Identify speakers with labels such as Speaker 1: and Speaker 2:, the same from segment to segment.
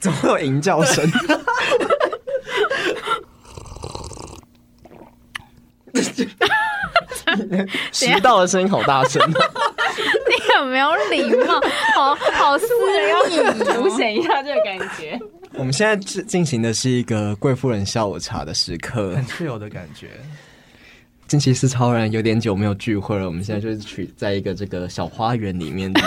Speaker 1: 怎么会有吟叫声？迟到的声音好大声、啊！
Speaker 2: 你有没有礼貌？好
Speaker 3: 哦
Speaker 2: 好私密
Speaker 3: 凸显一下这个感觉。
Speaker 1: 我们现在进进行的是一个贵妇人下午茶的时刻。
Speaker 4: 很 chill 的感觉。
Speaker 1: 近期是超人有点久没有聚会了，我们现在就是去在一个这个小花园里面录音，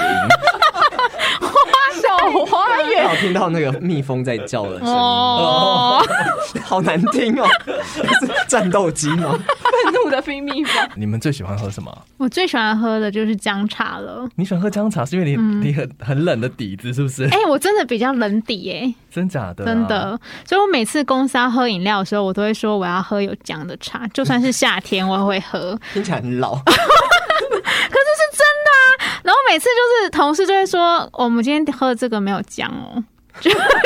Speaker 2: 小花
Speaker 1: 刚
Speaker 2: 园
Speaker 1: 好听到那个蜜蜂在叫的声音，
Speaker 2: 哦，
Speaker 1: 好难听哦， 是战斗机吗？
Speaker 3: 愤怒的飞蜜蜂，
Speaker 4: 你们最喜欢喝什么？
Speaker 2: 我最喜欢喝的就是姜茶了。
Speaker 4: 你喜欢喝姜茶，是因为你、你很很冷的底子，是不是？
Speaker 2: 嗯哎、我真的比较冷底哎、
Speaker 4: 真假的、啊
Speaker 2: 真。的，所以我每次公司要喝饮料的时候，我都会说我要喝有姜的茶，就算是夏天我也会喝。
Speaker 1: 听起来很老，
Speaker 2: 然后每次就是同事就会说，我们今天喝的这个没有姜哦。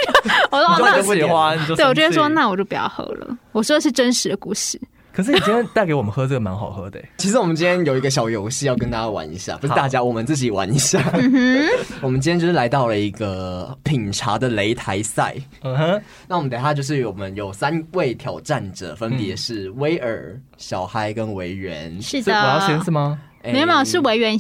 Speaker 2: 我说
Speaker 4: 你
Speaker 2: 哦，
Speaker 4: 就
Speaker 2: 那
Speaker 4: 不喜欢，就
Speaker 2: 对我
Speaker 4: 生
Speaker 2: 就会说
Speaker 4: 气
Speaker 2: 那我就不要喝了。我说的是真实的故事，
Speaker 4: 可是你今天带给我们喝这个蛮好喝的、欸
Speaker 1: 其实我们今天有一个小游戏要跟大家玩一下，不是
Speaker 4: 好
Speaker 1: 大家，我们自己玩一下。
Speaker 2: 嗯
Speaker 1: 我们今天就是来到了一个品茶的擂台赛。
Speaker 4: 嗯哼，
Speaker 1: 那我们等一下就是我们有三位挑战者，分别
Speaker 2: 嗯
Speaker 1: 是威尔、小嗨跟维园。
Speaker 2: 是
Speaker 4: 所以我要先是吗？
Speaker 1: 哎
Speaker 2: 没有没有是维园
Speaker 4: 我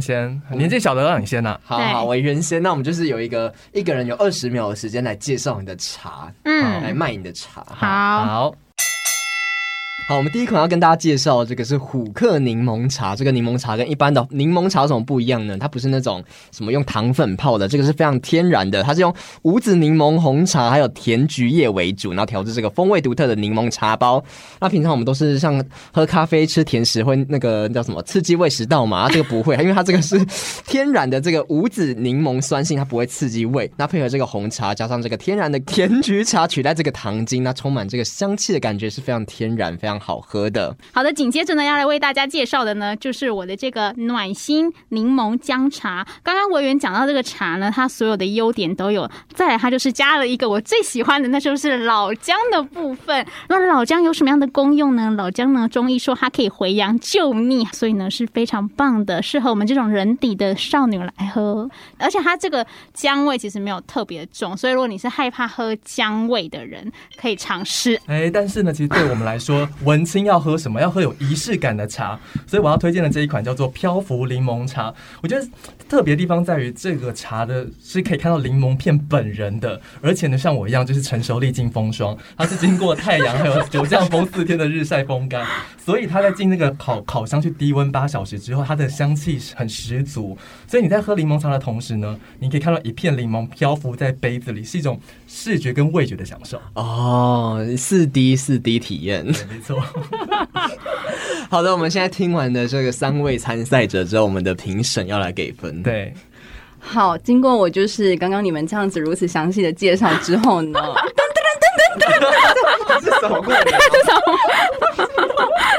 Speaker 2: 先，
Speaker 4: 先，年纪小的让你先呐、
Speaker 1: 好
Speaker 4: 啊。
Speaker 1: 好，维园先。那我们就是有一个一个人有二十秒的时间来介绍你的茶，来
Speaker 2: 嗯，
Speaker 1: 卖你的茶。
Speaker 2: 好，
Speaker 4: 好，
Speaker 1: 好，我们第一款要跟大家介绍这个是虎克柠檬茶。这个柠檬茶跟一般的柠檬茶有什么不一样呢？它不是那种什么用糖粉泡的，这个是非常天然的，它是用无籽柠檬红茶还有甜菊叶为主，然后调制这个风味独特的柠檬茶包。那平常我们都是像喝咖啡、吃甜食会那个叫什么刺激胃食道嘛，它啊这个不会， 因为它这个是天然的这个无籽柠檬酸性，它不会刺激胃。那配合这个红茶，加上这个天然的甜菊茶取代这个糖精，那充满这个香气的感觉是非常天然、非常好喝的。
Speaker 2: 好的，紧接着呢，要来为大家介绍的呢，就是我的这个暖心柠檬姜茶。刚刚委员讲到这个茶呢，它所有的优点都有，再来它就是加了一个我最喜欢的，那就是老姜的部分。那老姜有什么样的功用呢？老姜呢，中医说它可以回阳救逆，所以呢是非常棒的，适合我们这种人底的少女来喝。而且它这个姜味其实没有特别重，所以如果你是害怕喝姜味的人，可以尝试。
Speaker 4: 哎、但是呢，其实对我们来说，文青要喝什么？要喝有仪式感的茶，所以我要推荐的这一款叫做漂浮柠檬茶。我觉得特别地方在于这个茶的是可以看到柠檬片本人的，而且呢，像我一样就是成熟历经风霜，它是经过太阳还有九降风四天的日晒风干，所以它在进那个烤烤箱去低温八小时之后，它的香气是很十足。所以你在喝柠檬茶的同时呢，你可以看到一片柠檬漂浮在杯子里，是一种视觉跟味觉的享受。
Speaker 1: 哦，四 D 四 D 体验。
Speaker 4: 对，没错。
Speaker 1: 好的，我们现在听完的这个三位参赛者之后，我们的评审要来给分。，
Speaker 4: 对，
Speaker 3: 好，经过我就是刚刚你们这样子如此详细的介绍之 后呢，
Speaker 1: 是什么过程？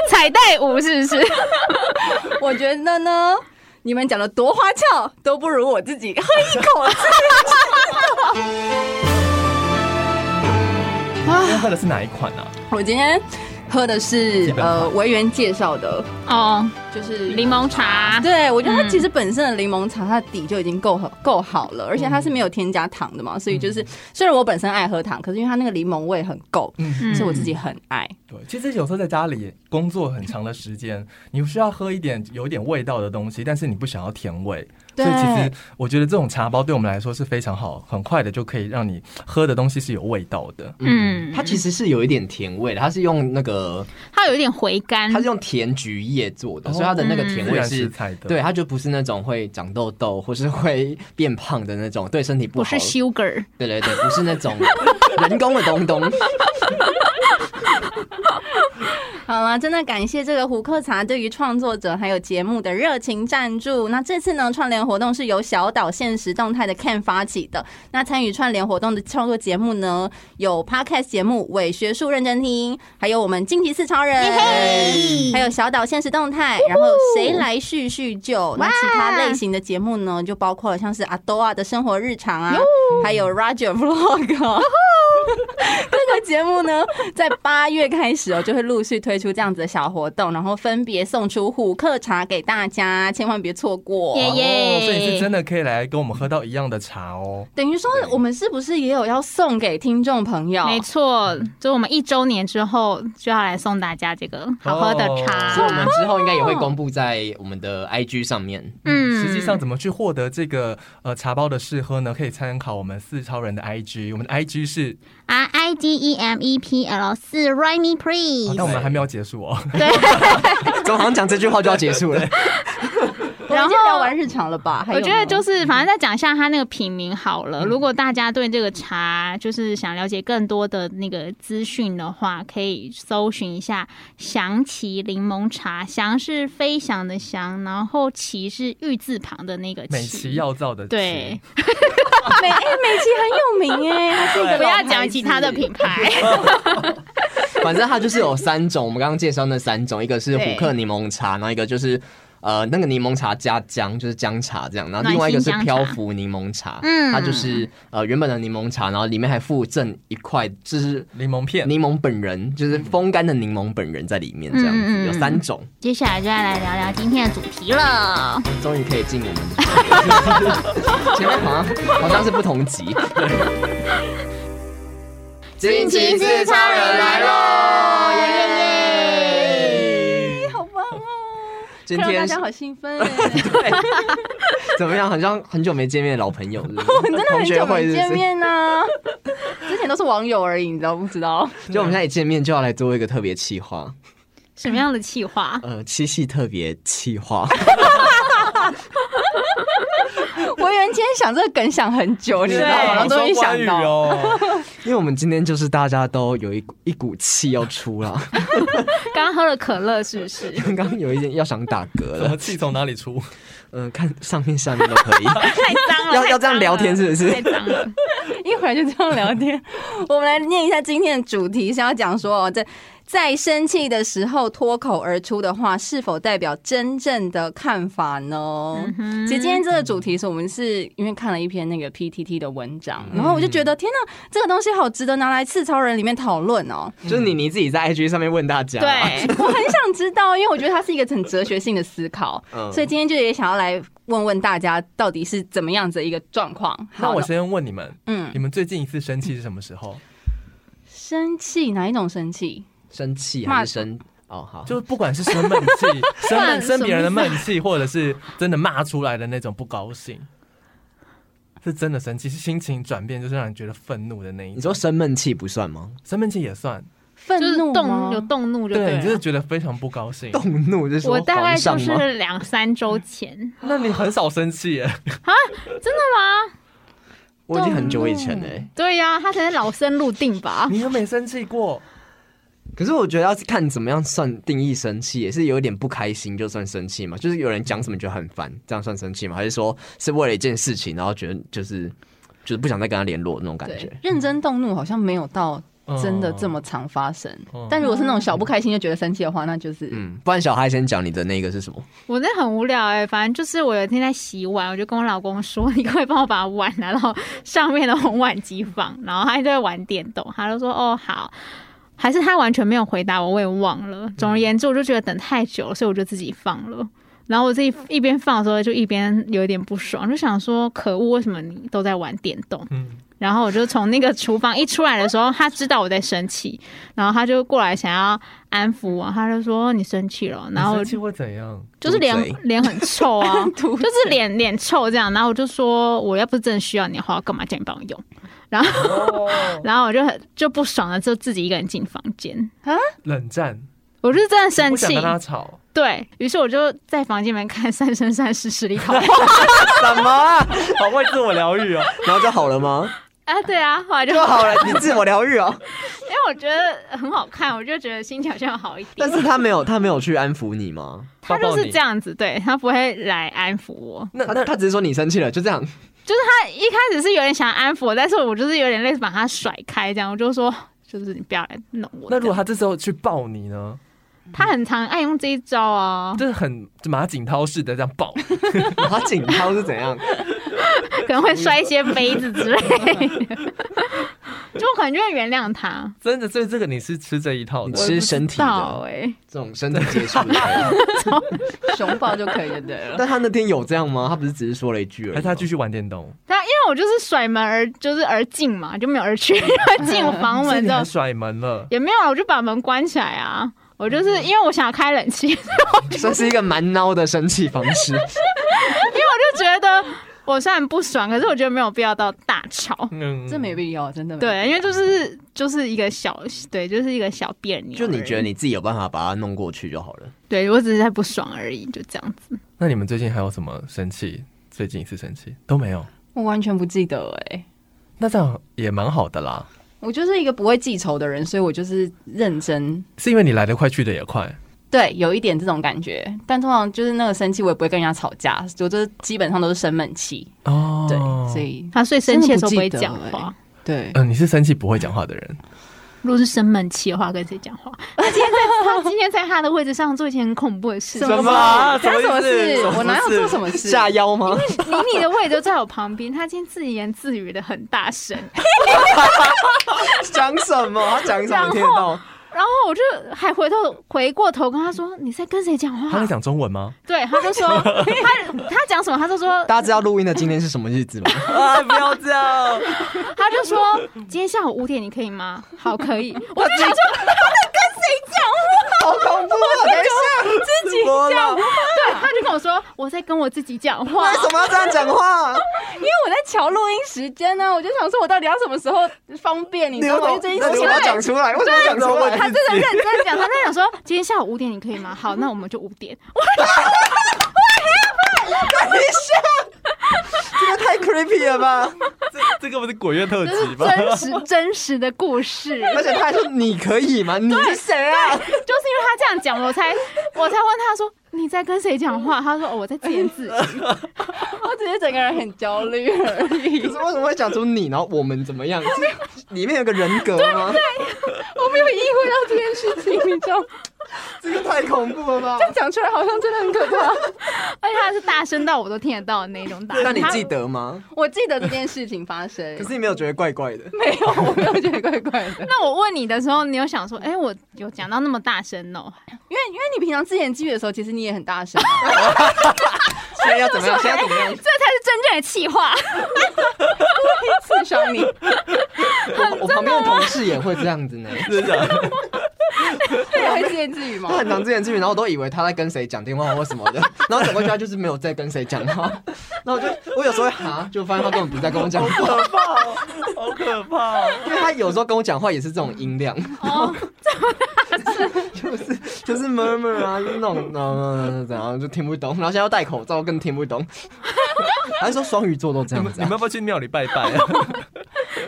Speaker 2: 彩带舞是不 是？
Speaker 3: 我觉得呢，你们讲的多花俏，都不如我自己喝一口。啊
Speaker 4: 那喝的是哪一款啊？
Speaker 3: 我今天喝的
Speaker 4: 基
Speaker 3: 是
Speaker 4: 本款
Speaker 3: 呃维园介绍的，
Speaker 2: 哦。
Speaker 3: 就是
Speaker 2: 柠檬嗯茶，
Speaker 3: 对，我觉得它其实本身的柠檬茶，它的底就已经够好够好
Speaker 2: 嗯
Speaker 3: 了，而且它是没有添加糖的嘛，所以就是虽然我本身爱喝糖，可是因为它那个柠檬味很够，
Speaker 4: 嗯，
Speaker 2: 嗯
Speaker 3: 是我自己很爱。
Speaker 4: 对，其实有时候在家里工作很长的时间， 你需要喝一点有一点味道的东西，但是你不想要甜味，所
Speaker 3: 对
Speaker 4: 以其实我觉得这种茶包对我们来说是非常好，很快的就可以让你喝的东西是有味道的。
Speaker 2: 嗯，
Speaker 1: 它其实是有一点甜味的，它是用那个
Speaker 2: 它有一点回甘
Speaker 1: 它，是用甜菊叶做的，
Speaker 4: 哦
Speaker 1: 所以它的那个
Speaker 2: 嗯
Speaker 1: 甜
Speaker 4: 自
Speaker 1: 味
Speaker 4: 然
Speaker 1: 是
Speaker 4: 食材的，
Speaker 1: 对，它就不是那种会长痘痘或是会变胖的那种，对身体不
Speaker 2: 不
Speaker 1: 好。
Speaker 2: 是 sugar，
Speaker 1: 对对对，不是那种人工的东东。
Speaker 3: 好了，真的感谢这个胡克茶对于创作者还有节目的热情赞助。那这次呢，串联活动是由小岛现实动态的 Ken 发起的。那参与串联活动的创作节目呢，有 Podcast 节目《伪学术认真听》，还有我们晋级四超人，还有小岛现实动态，然后谁来叙叙旧？那其他类型的节目呢，就包括像是阿多啊的生活日常啊，还有 Roger Vlog。这个节目呢，在八月开始哦，就会陆续推出这样子的小活动，然后分别送出虎克茶给大家，千万别错过。
Speaker 2: 耶耶
Speaker 5: 哦，所以你是真的可以来跟我们喝到一样的茶哦。
Speaker 3: 等于说，我们是不是也有要送给听众朋友？
Speaker 2: 没错，就我们一周年之后就要来送大家这个好喝的
Speaker 1: 所以我们
Speaker 2: 茶。
Speaker 1: 之后应该也会公布在我们的 IG 上面。
Speaker 2: 嗯
Speaker 5: 实际上怎么去获得这个呃茶包的试喝呢？可以参考我们四超人的 IG，我们的 IG 是，
Speaker 2: R I D E M E P L 四 r i m e
Speaker 5: 哦
Speaker 2: Please。
Speaker 5: 但我们还没有结束哦。
Speaker 1: 总好像讲这句话就要结束了。
Speaker 3: 我们已经聊完日常了吧？还有
Speaker 2: 我
Speaker 3: 吗
Speaker 2: 觉得就是，反正再讲一下它那个品名好了。如果大家对这个茶就是想了解更多的那个资讯的话，可以搜寻一下“翔奇柠檬茶”。翔是飞翔的翔，然后奇是玉字旁的那个
Speaker 5: 美琪
Speaker 2: 奇。
Speaker 5: 药皂的
Speaker 2: 对，
Speaker 3: 美哎、美琪很有名哎、它是一个
Speaker 2: 不要
Speaker 3: 老牌
Speaker 2: 讲
Speaker 3: 子
Speaker 2: 其他的品牌。
Speaker 1: 反正它就是有三种，我们刚刚介绍那三种，一个是虎克柠檬茶，然后一个就是呃那个柠檬茶加姜，就是姜茶这样，然后另外一个是漂浮柠檬茶，
Speaker 2: 嗯
Speaker 1: 它就是呃原本的柠檬茶，然后里面还附赠一块就是
Speaker 5: 柠檬片。
Speaker 1: 柠檬本人，就是风干的柠檬本人在里面这样
Speaker 2: 嗯嗯
Speaker 1: 子，
Speaker 2: 嗯
Speaker 1: 有三种，
Speaker 2: 接下来就要来聊聊今天的主题了。
Speaker 1: 终于可以 进我们前面好像好像是不同集，
Speaker 2: 惊奇四超人来喽耶
Speaker 1: 耶耶！
Speaker 3: 好棒哦！
Speaker 1: 今
Speaker 3: 看到
Speaker 1: 天
Speaker 3: 大
Speaker 1: 是
Speaker 3: 家好兴奋哎、
Speaker 1: 怎么样？好像很久没见面的老 朋友，是不是
Speaker 3: 真的
Speaker 1: 同
Speaker 3: 很
Speaker 1: 学
Speaker 3: 久
Speaker 1: 会
Speaker 3: 没
Speaker 1: 是
Speaker 3: 见
Speaker 1: 不是？
Speaker 3: 面呢、之前都是网友而已，你知道不 知道？
Speaker 1: 就我们现在一见面就要来做一个特别企划，
Speaker 2: 什么样的企划？
Speaker 1: 呃，七夕特别企划。
Speaker 3: 我原今天想这个梗想很久，你知道吗？然后终于想
Speaker 1: 哦
Speaker 3: 到。
Speaker 5: 到，
Speaker 1: 因为我们今天就是大家都有一股一股气要出了，
Speaker 2: 刚刚喝了可乐是不是？
Speaker 1: 刚刚有一点要想打嗝
Speaker 5: 什么
Speaker 1: 了，
Speaker 5: 气从哪里出？
Speaker 1: 嗯、看上面下面都可以。
Speaker 2: 太脏了，
Speaker 1: 要
Speaker 2: 太脏了
Speaker 1: 要这样聊天是不是
Speaker 2: 太脏了。
Speaker 3: 一会儿就这样聊天。我们来念一下今天的主题，是要讲说哦，在在生气的时候脱口而出的话，是否代表真正的看法呢？其实今天这个主题是我们是因为看了一篇那个 PTT 的文章，然后我就觉得天哪，这个东西好值得拿来刺超人里面讨论哦。
Speaker 1: 就是你你自己在 IG 上面问大家，，
Speaker 2: 对，
Speaker 3: 我很想知道，因为我觉得它是一个很哲学性的思考，
Speaker 1: 嗯
Speaker 3: 所以今天就也想要来问问大家到底是怎么样子一个状况。
Speaker 5: 那
Speaker 3: 好
Speaker 5: 我
Speaker 3: 的
Speaker 5: 先问你们，
Speaker 3: 嗯，哦
Speaker 5: 你们最近一次生气是什么时候？
Speaker 3: 生气哪一种生气？
Speaker 1: 生气
Speaker 3: 骂
Speaker 1: 还是生？哦，好，
Speaker 5: 就是不管是生闷 气、生闷生别人的闷气，或者是真的骂出来的那种不高兴，是真的生气，是心情转变，就是让人觉得愤怒的那一
Speaker 1: 你
Speaker 5: 种。
Speaker 1: 说生闷气不算吗？
Speaker 5: 生闷气也算，
Speaker 3: 愤
Speaker 2: 就是
Speaker 3: 怒吗
Speaker 2: 动有动怒就
Speaker 5: 对，
Speaker 2: 对
Speaker 5: 你就是
Speaker 2: 了。
Speaker 5: 觉得非常不高兴。
Speaker 1: 动怒就是说
Speaker 2: 我大概
Speaker 1: 皇
Speaker 2: 就
Speaker 1: 上吗？
Speaker 2: 是两三周前，
Speaker 5: 那你很少生气耶，
Speaker 1: 我已经很久以前欸嘞、
Speaker 2: 对呀、他才是老生入定吧？
Speaker 5: 你又没生气过，
Speaker 1: 可是我觉得要是看怎么样算定义生气，也是有点不开心就算生气嘛。就是有人讲什么觉得很烦，这样算生气吗？还是说是为了一件事情，然后觉得就是就是不想再跟他联络那种感
Speaker 3: 对
Speaker 1: 觉？，
Speaker 3: 认真动怒好像没有到真的这么常发生。但如果是那种小不开心就觉得生气的话，那就是、
Speaker 1: 嗯，不然小孩先讲你的那个是什么？
Speaker 2: 我那很无聊哎、反正就是我有一天在洗碗，我就跟我老公说：“ 你可不可以帮我把碗拿到上面的红碗机放。”然后他就在玩电动，他就说：“哦，好。”还是他完全没有回答我，我也忘了。总而言之，我就觉得等太久了，所以我就自己放了。然后我自己一边放的时候，就一边有一点不爽，就想说：“可恶，为什么你都在玩电动？”
Speaker 5: 嗯
Speaker 2: 然后我就从那个厨房一出来的时候，他知道我在生气，然后他就过来想要安抚我，他就说：“你生气了。”然后
Speaker 5: 你
Speaker 2: 我
Speaker 5: 生气会怎样？
Speaker 2: 就是
Speaker 1: 嘟嘴
Speaker 2: 脸脸很臭啊，就是脸脸臭这样。然后我就说，我要不是真的需要你的话，我干嘛叫你帮我用？然后，
Speaker 3: 哦
Speaker 4: 哦
Speaker 2: 然后我就很就不爽了，就自己一个人进房间。
Speaker 5: 冷战，
Speaker 2: 我就是真的生
Speaker 5: 不想
Speaker 2: 气
Speaker 5: 跟，他吵。
Speaker 2: 对于是我就在房间里面看《三生三世十里桃花》
Speaker 1: 什么啊？
Speaker 5: 好会自我疗愈哦。
Speaker 1: 然后就好了吗？
Speaker 2: 啊，对啊，后来 就
Speaker 1: 就好了，你自我疗愈哦。
Speaker 2: 因为我觉得很好看，我就觉得心情好像好一点
Speaker 1: 但。是他没有，他没有去安抚你 吗？
Speaker 2: 他
Speaker 4: 抱
Speaker 2: 就
Speaker 4: 抱
Speaker 2: 是
Speaker 4: 你
Speaker 2: 这样子，对他不会来安抚我。
Speaker 1: 那那他只是说你生气了，就这样。
Speaker 2: 就是他一开始是有点想安抚我，但是我就是有点类似把他甩开这样，我就说就是你不要来弄我这样。
Speaker 4: 那如果他这时候去抱你呢？
Speaker 2: 他很常爱用这一招 啊，
Speaker 4: 就是很马景涛式的这样抱，
Speaker 1: 他紧涛是怎样？
Speaker 2: 可能会摔一些杯子之类的， 就我可能就会原谅他。
Speaker 4: 真的，所以这个你是吃这一套
Speaker 1: 你
Speaker 4: 的。
Speaker 1: 吃身体
Speaker 2: 到
Speaker 1: 的
Speaker 2: 哎、
Speaker 1: 这种身体 接触的，
Speaker 3: 熊抱就可以了，对 了。
Speaker 1: 但他那天有这样吗？他不是只是说了一句而已
Speaker 4: 还
Speaker 1: 吗。
Speaker 4: 是他继续玩电动，
Speaker 2: 他因为我就是甩门而就是而进嘛，就没有而去， 然后进我房
Speaker 4: 所以
Speaker 2: 门
Speaker 4: 你
Speaker 2: 之后
Speaker 4: 还甩门了。
Speaker 2: 也没有啊，我就把门关起来啊。我就是因为我想要开冷气，因 为
Speaker 1: 算是一个蛮孬的生气方式。
Speaker 2: 我就觉得我虽然不爽，可是我觉得没有必要到大吵。
Speaker 4: 嗯
Speaker 3: 这没必要，真的没必要。
Speaker 2: 对，因为就是就是一个小对，就是一个小别扭而已。
Speaker 1: 就你觉得你自己有办法把它弄过去就 好了。
Speaker 2: 对我只是在不爽而已，就这样子。
Speaker 4: 那你们最近还有什么生气？最近一次生气都没有，
Speaker 3: 我完全不记得哎、
Speaker 4: 那这样也蛮好的啦。
Speaker 3: 我就是一个不会记仇的人，所以我就是认真。
Speaker 4: 是因为你来得快，去得也快，
Speaker 3: 对，有一点这种感觉，但通常就是那个生气，我也不会跟人家吵架，我就是基本上都是生闷气。
Speaker 4: 哦
Speaker 3: 对，所以
Speaker 2: 他所以生气的时候不会讲
Speaker 3: 真的不记得
Speaker 2: 话
Speaker 3: 欸。对
Speaker 4: 嗯、，你是生气不会讲话的人，
Speaker 2: 如果是生闷气的话，跟谁讲话？他今天在他今天在他的位置上做一件很恐怖的事情。
Speaker 3: 什么
Speaker 1: 啊
Speaker 3: 干什么
Speaker 1: 意
Speaker 3: 事
Speaker 1: 思
Speaker 3: 我哪有做什么事
Speaker 1: 下腰 吗？
Speaker 2: 你你的位置就在我旁边，他今天自言自语的很大声，
Speaker 1: 讲什么？他讲什么听得到？
Speaker 2: 然后我就还回头回过头跟他说：“你在跟谁讲
Speaker 4: 他
Speaker 2: 话
Speaker 4: 在？”讲中文吗？
Speaker 2: 对，他就说他他讲什么，他 就说
Speaker 1: 大家知道录音的今天是什么日子吗？
Speaker 4: 啊，不要这样，
Speaker 2: 他就说今天下午五点你可以吗？好，可以。我就想说
Speaker 1: 好恐怖啊！等一下，自己讲，为
Speaker 2: 对，他就跟我说我在跟我自己讲话。
Speaker 1: 什么要这样讲话？
Speaker 3: 因为我在瞧录音时间呢、我就想说我到底要什么时候方便，你
Speaker 1: 你
Speaker 3: 知
Speaker 1: 为什
Speaker 3: 道吗？
Speaker 1: 么
Speaker 3: 因为最近
Speaker 1: 那
Speaker 3: 心
Speaker 1: 你为
Speaker 3: 情
Speaker 1: 什么要讲出来？为什么要讲出来？
Speaker 2: 他真的认真讲，他在讲说今天下午五点你可以吗？好，那我们就五点。
Speaker 1: 等一下，这个太 creepy 了吧！
Speaker 4: 这个不是鬼月特
Speaker 2: 这是
Speaker 4: 辑吗？
Speaker 2: 真实真实的故事，
Speaker 1: 而且他还说你可以吗？你是谁啊？
Speaker 2: 就是因为他这样讲，我才我才问他说你在跟谁讲话？他说哦我在自言自语。
Speaker 3: 我只是整个人很焦 虑而
Speaker 1: 可
Speaker 3: 已。
Speaker 1: 是为什么会讲出你？然后我们怎么样？是里面有个人格吗？
Speaker 3: 我没有意会到这件事情，你知道吗？
Speaker 1: 这个太恐怖了吧！
Speaker 3: 讲出来好像真的很可怕。
Speaker 2: 而且他是大声到我都听得到的那种 打。
Speaker 1: 那你
Speaker 2: 他
Speaker 1: 记得吗？
Speaker 3: 我记得这件事情发生，
Speaker 1: 可是你没有觉得怪怪的？
Speaker 3: 没有， 我没有觉得怪怪的。
Speaker 2: 那我问你的时候，你有想说，哎、我有讲到那么大声哦、
Speaker 3: 因为因为你平常自言自语的时候，其实你也很 大声。
Speaker 1: 现在要怎么样？现在怎么样
Speaker 2: 这才？是真正的气话。
Speaker 3: 刺伤你，
Speaker 1: 我我旁边的
Speaker 3: 啊
Speaker 1: 同事也会这样子呢。
Speaker 4: 真的，
Speaker 3: 对，会自言自语 吗
Speaker 1: 他？很常自言自语，然后我都以为他在跟谁讲电话或什么的，然后转过去他就是没有在跟谁讲话，然后我就我有时候会哈，就发现他根本不在跟我讲话，
Speaker 4: 可怕、哦，好可怕、哦。
Speaker 1: 因为他有时候跟我讲话也是这种音量，
Speaker 2: 哦，
Speaker 1: 就是就是 murmur 啊，就是那种嗯然后就听不懂，然后现在要戴口罩更听不懂，还是说双鱼座都这
Speaker 4: 你
Speaker 1: 样
Speaker 4: 们
Speaker 1: 子、
Speaker 4: 你们要
Speaker 1: 啊？
Speaker 4: 不要去庙里拜 拜、啊？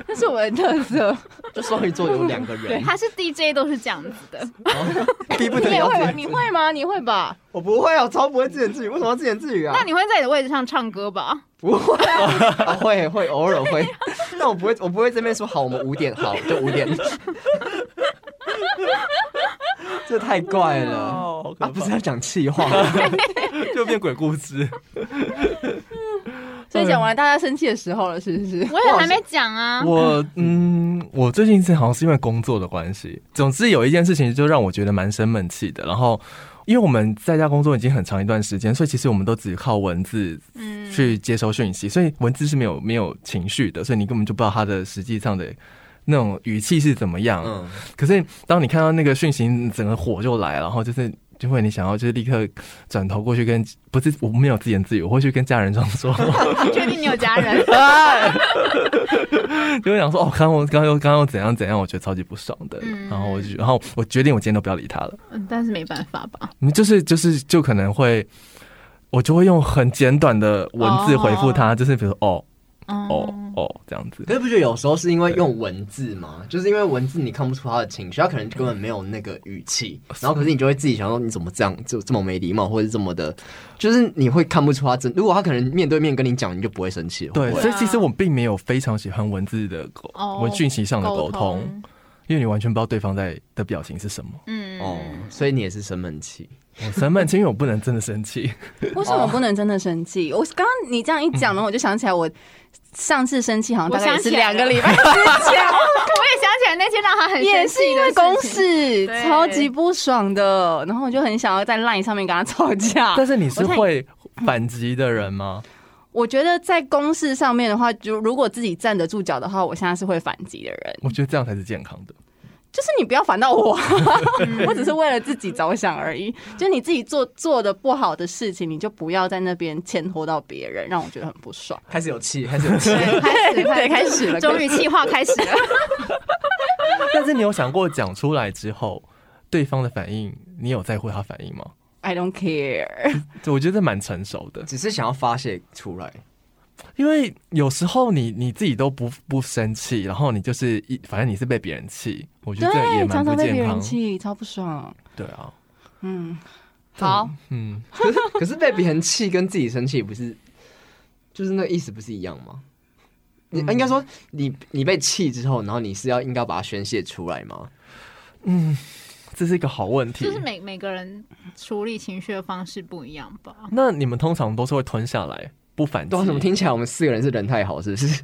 Speaker 3: 这是我的特色。
Speaker 1: 就双鱼座有两个人，
Speaker 2: 他是 DJ 都是这样子 的。
Speaker 1: 然后逼不
Speaker 3: 你
Speaker 1: 得
Speaker 3: 也
Speaker 1: 要自
Speaker 3: 会吗？
Speaker 1: 言
Speaker 3: 你会吗？你会吧？
Speaker 1: 我不会啊，我超不会自言自语，为什么要自言自语啊？
Speaker 2: 那你会在你的位置上唱歌吧？
Speaker 1: 不会啊，啊会会偶尔会， 但我不会，我不会这边说好，我们五点好就五点， 这太怪了。
Speaker 4: 哦，好可怕，
Speaker 1: 啊，不是要讲气话，
Speaker 4: 就变鬼故事。
Speaker 3: 所以讲完了大家生气的时候了，是不是？
Speaker 2: 我也还没讲啊。
Speaker 4: 我嗯，我最近是好像是因为工作的关系，总之有一件事情就让我觉得蛮生闷气的。然后，因为我们在家工作已经很长一段时间，所以其实我们都只靠文字
Speaker 2: 嗯，
Speaker 4: 去接收讯息，所以文字是没有没有情绪的，所以你根本就不知道它的实际上的那种语气是怎么样。
Speaker 1: 嗯，
Speaker 4: 可是当你看到那个讯息，你整个火就来，然后就是。就会你想要就是立刻转头过去跟不是我没有自言自语，我会去跟家人这样说，
Speaker 2: 确定你有家 人？
Speaker 4: 就会想说哦，刚刚我刚刚又刚刚又怎样怎样，我觉得超级不爽的。
Speaker 2: 嗯
Speaker 4: 然后我就然后我决定我今天都不要理他了。
Speaker 2: 嗯但是没办法吧。
Speaker 4: 嗯就是就是就可能会，我就会用很简短的文字回复他，就是比如说哦
Speaker 2: 哦
Speaker 6: 哦，哦这样子。
Speaker 1: 可是不觉得有时候是因为用文字吗？就是因为文字你看不出他的情绪，他可能根本没有那个语 气，然后可是你就会自己想说你怎么这样，就这么没礼貌，或者这么的，就是你会看不出他真。如果他可能面对面跟你讲，你就不会生气了。
Speaker 4: 对，
Speaker 1: 会不会
Speaker 4: 所以其
Speaker 3: 啊
Speaker 4: 实我并没有非常喜欢文字的沟
Speaker 2: 哦
Speaker 4: 文讯息上的沟
Speaker 2: 沟
Speaker 4: 通，
Speaker 2: 通
Speaker 4: 因为你完全不知道对方在的表情是什么。哦
Speaker 2: 嗯，
Speaker 1: 哦，所以你也是生闷气。
Speaker 4: 我生闷气，因为我不能真的生 气。
Speaker 3: 为什么不能真的生
Speaker 2: 哦
Speaker 3: 气？我刚刚你这样一 讲呢，我就想起来我上次生气好像大概也是两个 礼拜之前，
Speaker 2: 我也想起来那天让他很
Speaker 3: 也
Speaker 2: 生
Speaker 3: 是
Speaker 2: 气
Speaker 3: 因
Speaker 2: 的
Speaker 3: 为
Speaker 2: 事
Speaker 3: 公
Speaker 2: 情，
Speaker 3: 事
Speaker 2: 对
Speaker 3: 超级不爽的，然后我就很想要在 LINE 上面跟他吵架。
Speaker 4: 但是你是
Speaker 3: 我太
Speaker 4: 会反击的人吗？
Speaker 3: 啊我觉得在公事上面的话，就如果自己站得住脚的话，我现在是会反击的人。
Speaker 4: 我觉得这样才是健康的。
Speaker 3: 就是你不要烦 到我，啊我只是为了自己着想而已。就是你自己做做的不好的事情，你就不要在那边牵拖到别人，让我觉得很不爽。
Speaker 1: 开始有气，开始有气。
Speaker 2: 对 开始
Speaker 3: 对开始了
Speaker 2: 终于气话开始了。
Speaker 4: 但是你有想过讲出来之后，对方的反应，你有在乎他反应吗？
Speaker 3: I don't care。
Speaker 4: 就我觉得蛮成熟的，
Speaker 1: 只是想要发泄出来，
Speaker 4: 因为有时候你你自己都不不生气，然后你就是一反正你是被别人气，我觉得这也
Speaker 3: 对，
Speaker 4: 蛮
Speaker 3: 常
Speaker 4: 不
Speaker 3: 常被别
Speaker 4: 健
Speaker 3: 人
Speaker 4: 康。
Speaker 3: 气，超不爽。
Speaker 4: 对啊，
Speaker 3: 嗯，
Speaker 2: 好，
Speaker 4: 嗯，
Speaker 1: 可是可是被别人气跟自己生气不是，就是那个意思不是一样吗？你应该说你你被气之后，然后你是要应该把它宣泄出来吗？
Speaker 4: 这是一个好问题
Speaker 2: 就。是每每个人处理情绪的方式不一样吧。
Speaker 4: 那你们通常都是会吞下来不反击
Speaker 1: 对啊，怎么？听起来我们四个人是人太好，是不 是？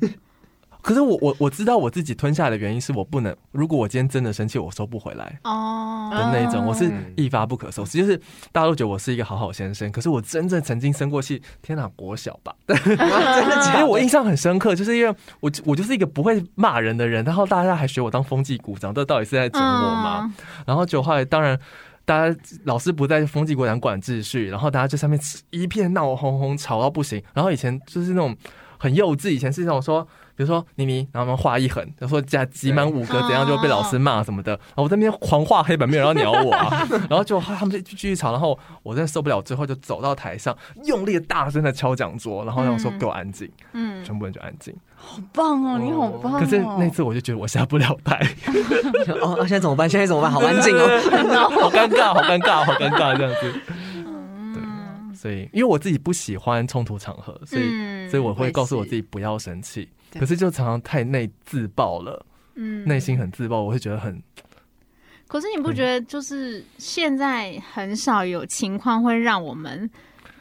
Speaker 4: 可是我我我知道我自己吞下来的原因是我不能，如果我今天真的生气，我收不回来。
Speaker 2: 哦，
Speaker 4: 的那一种，
Speaker 3: 哦
Speaker 4: 我是一发不可收拾。就是大家都觉得我是一个好好先生，可是我真正曾经生过气，天哪，国小吧，
Speaker 1: 真的假
Speaker 4: 因
Speaker 1: 的？
Speaker 4: 为我印象很深刻，就是因为我我就是一个不会骂人的人，然后大家还学我当风纪股长，这到底是在整我
Speaker 1: 嗯
Speaker 4: 吗？然后就后来当然。大家老师不在风纪股长管秩序，然后大家在上面一片闹哄哄，吵到不行。然后以前就是那种很幼稚，以前是那种说，比如说妮妮，然后我们画一横，然后说加挤满五个怎样就会被老师骂什么的。然后我在那边狂画黑板，没有人要鸟我啊。 然后就他们就继续吵，然后我真的受不了，最后就走到台上，用力的大声的敲讲桌，然后让我说
Speaker 2: 嗯
Speaker 4: 给我安静。
Speaker 2: 嗯，
Speaker 4: 全部人就安静。
Speaker 3: 好棒哦，你好棒哦。
Speaker 4: 可是那次我就觉得我下不了台，
Speaker 1: 哦，现在怎么办？现在怎么办？好安静哦。
Speaker 4: 哦，好尴尬，好尴尬，好尴尬这样子。对，所以因为我自己不喜欢冲突场合，所以、
Speaker 2: 嗯
Speaker 4: 所以我
Speaker 3: 我
Speaker 4: 会
Speaker 3: 也
Speaker 4: 告诉我
Speaker 3: 是
Speaker 4: 自己不要生气。
Speaker 3: 对
Speaker 4: 可是就常常太内自爆了，
Speaker 2: 嗯
Speaker 4: 内心很自爆，我会觉得很
Speaker 2: 可是你不觉得就是现在很少有情况会让我们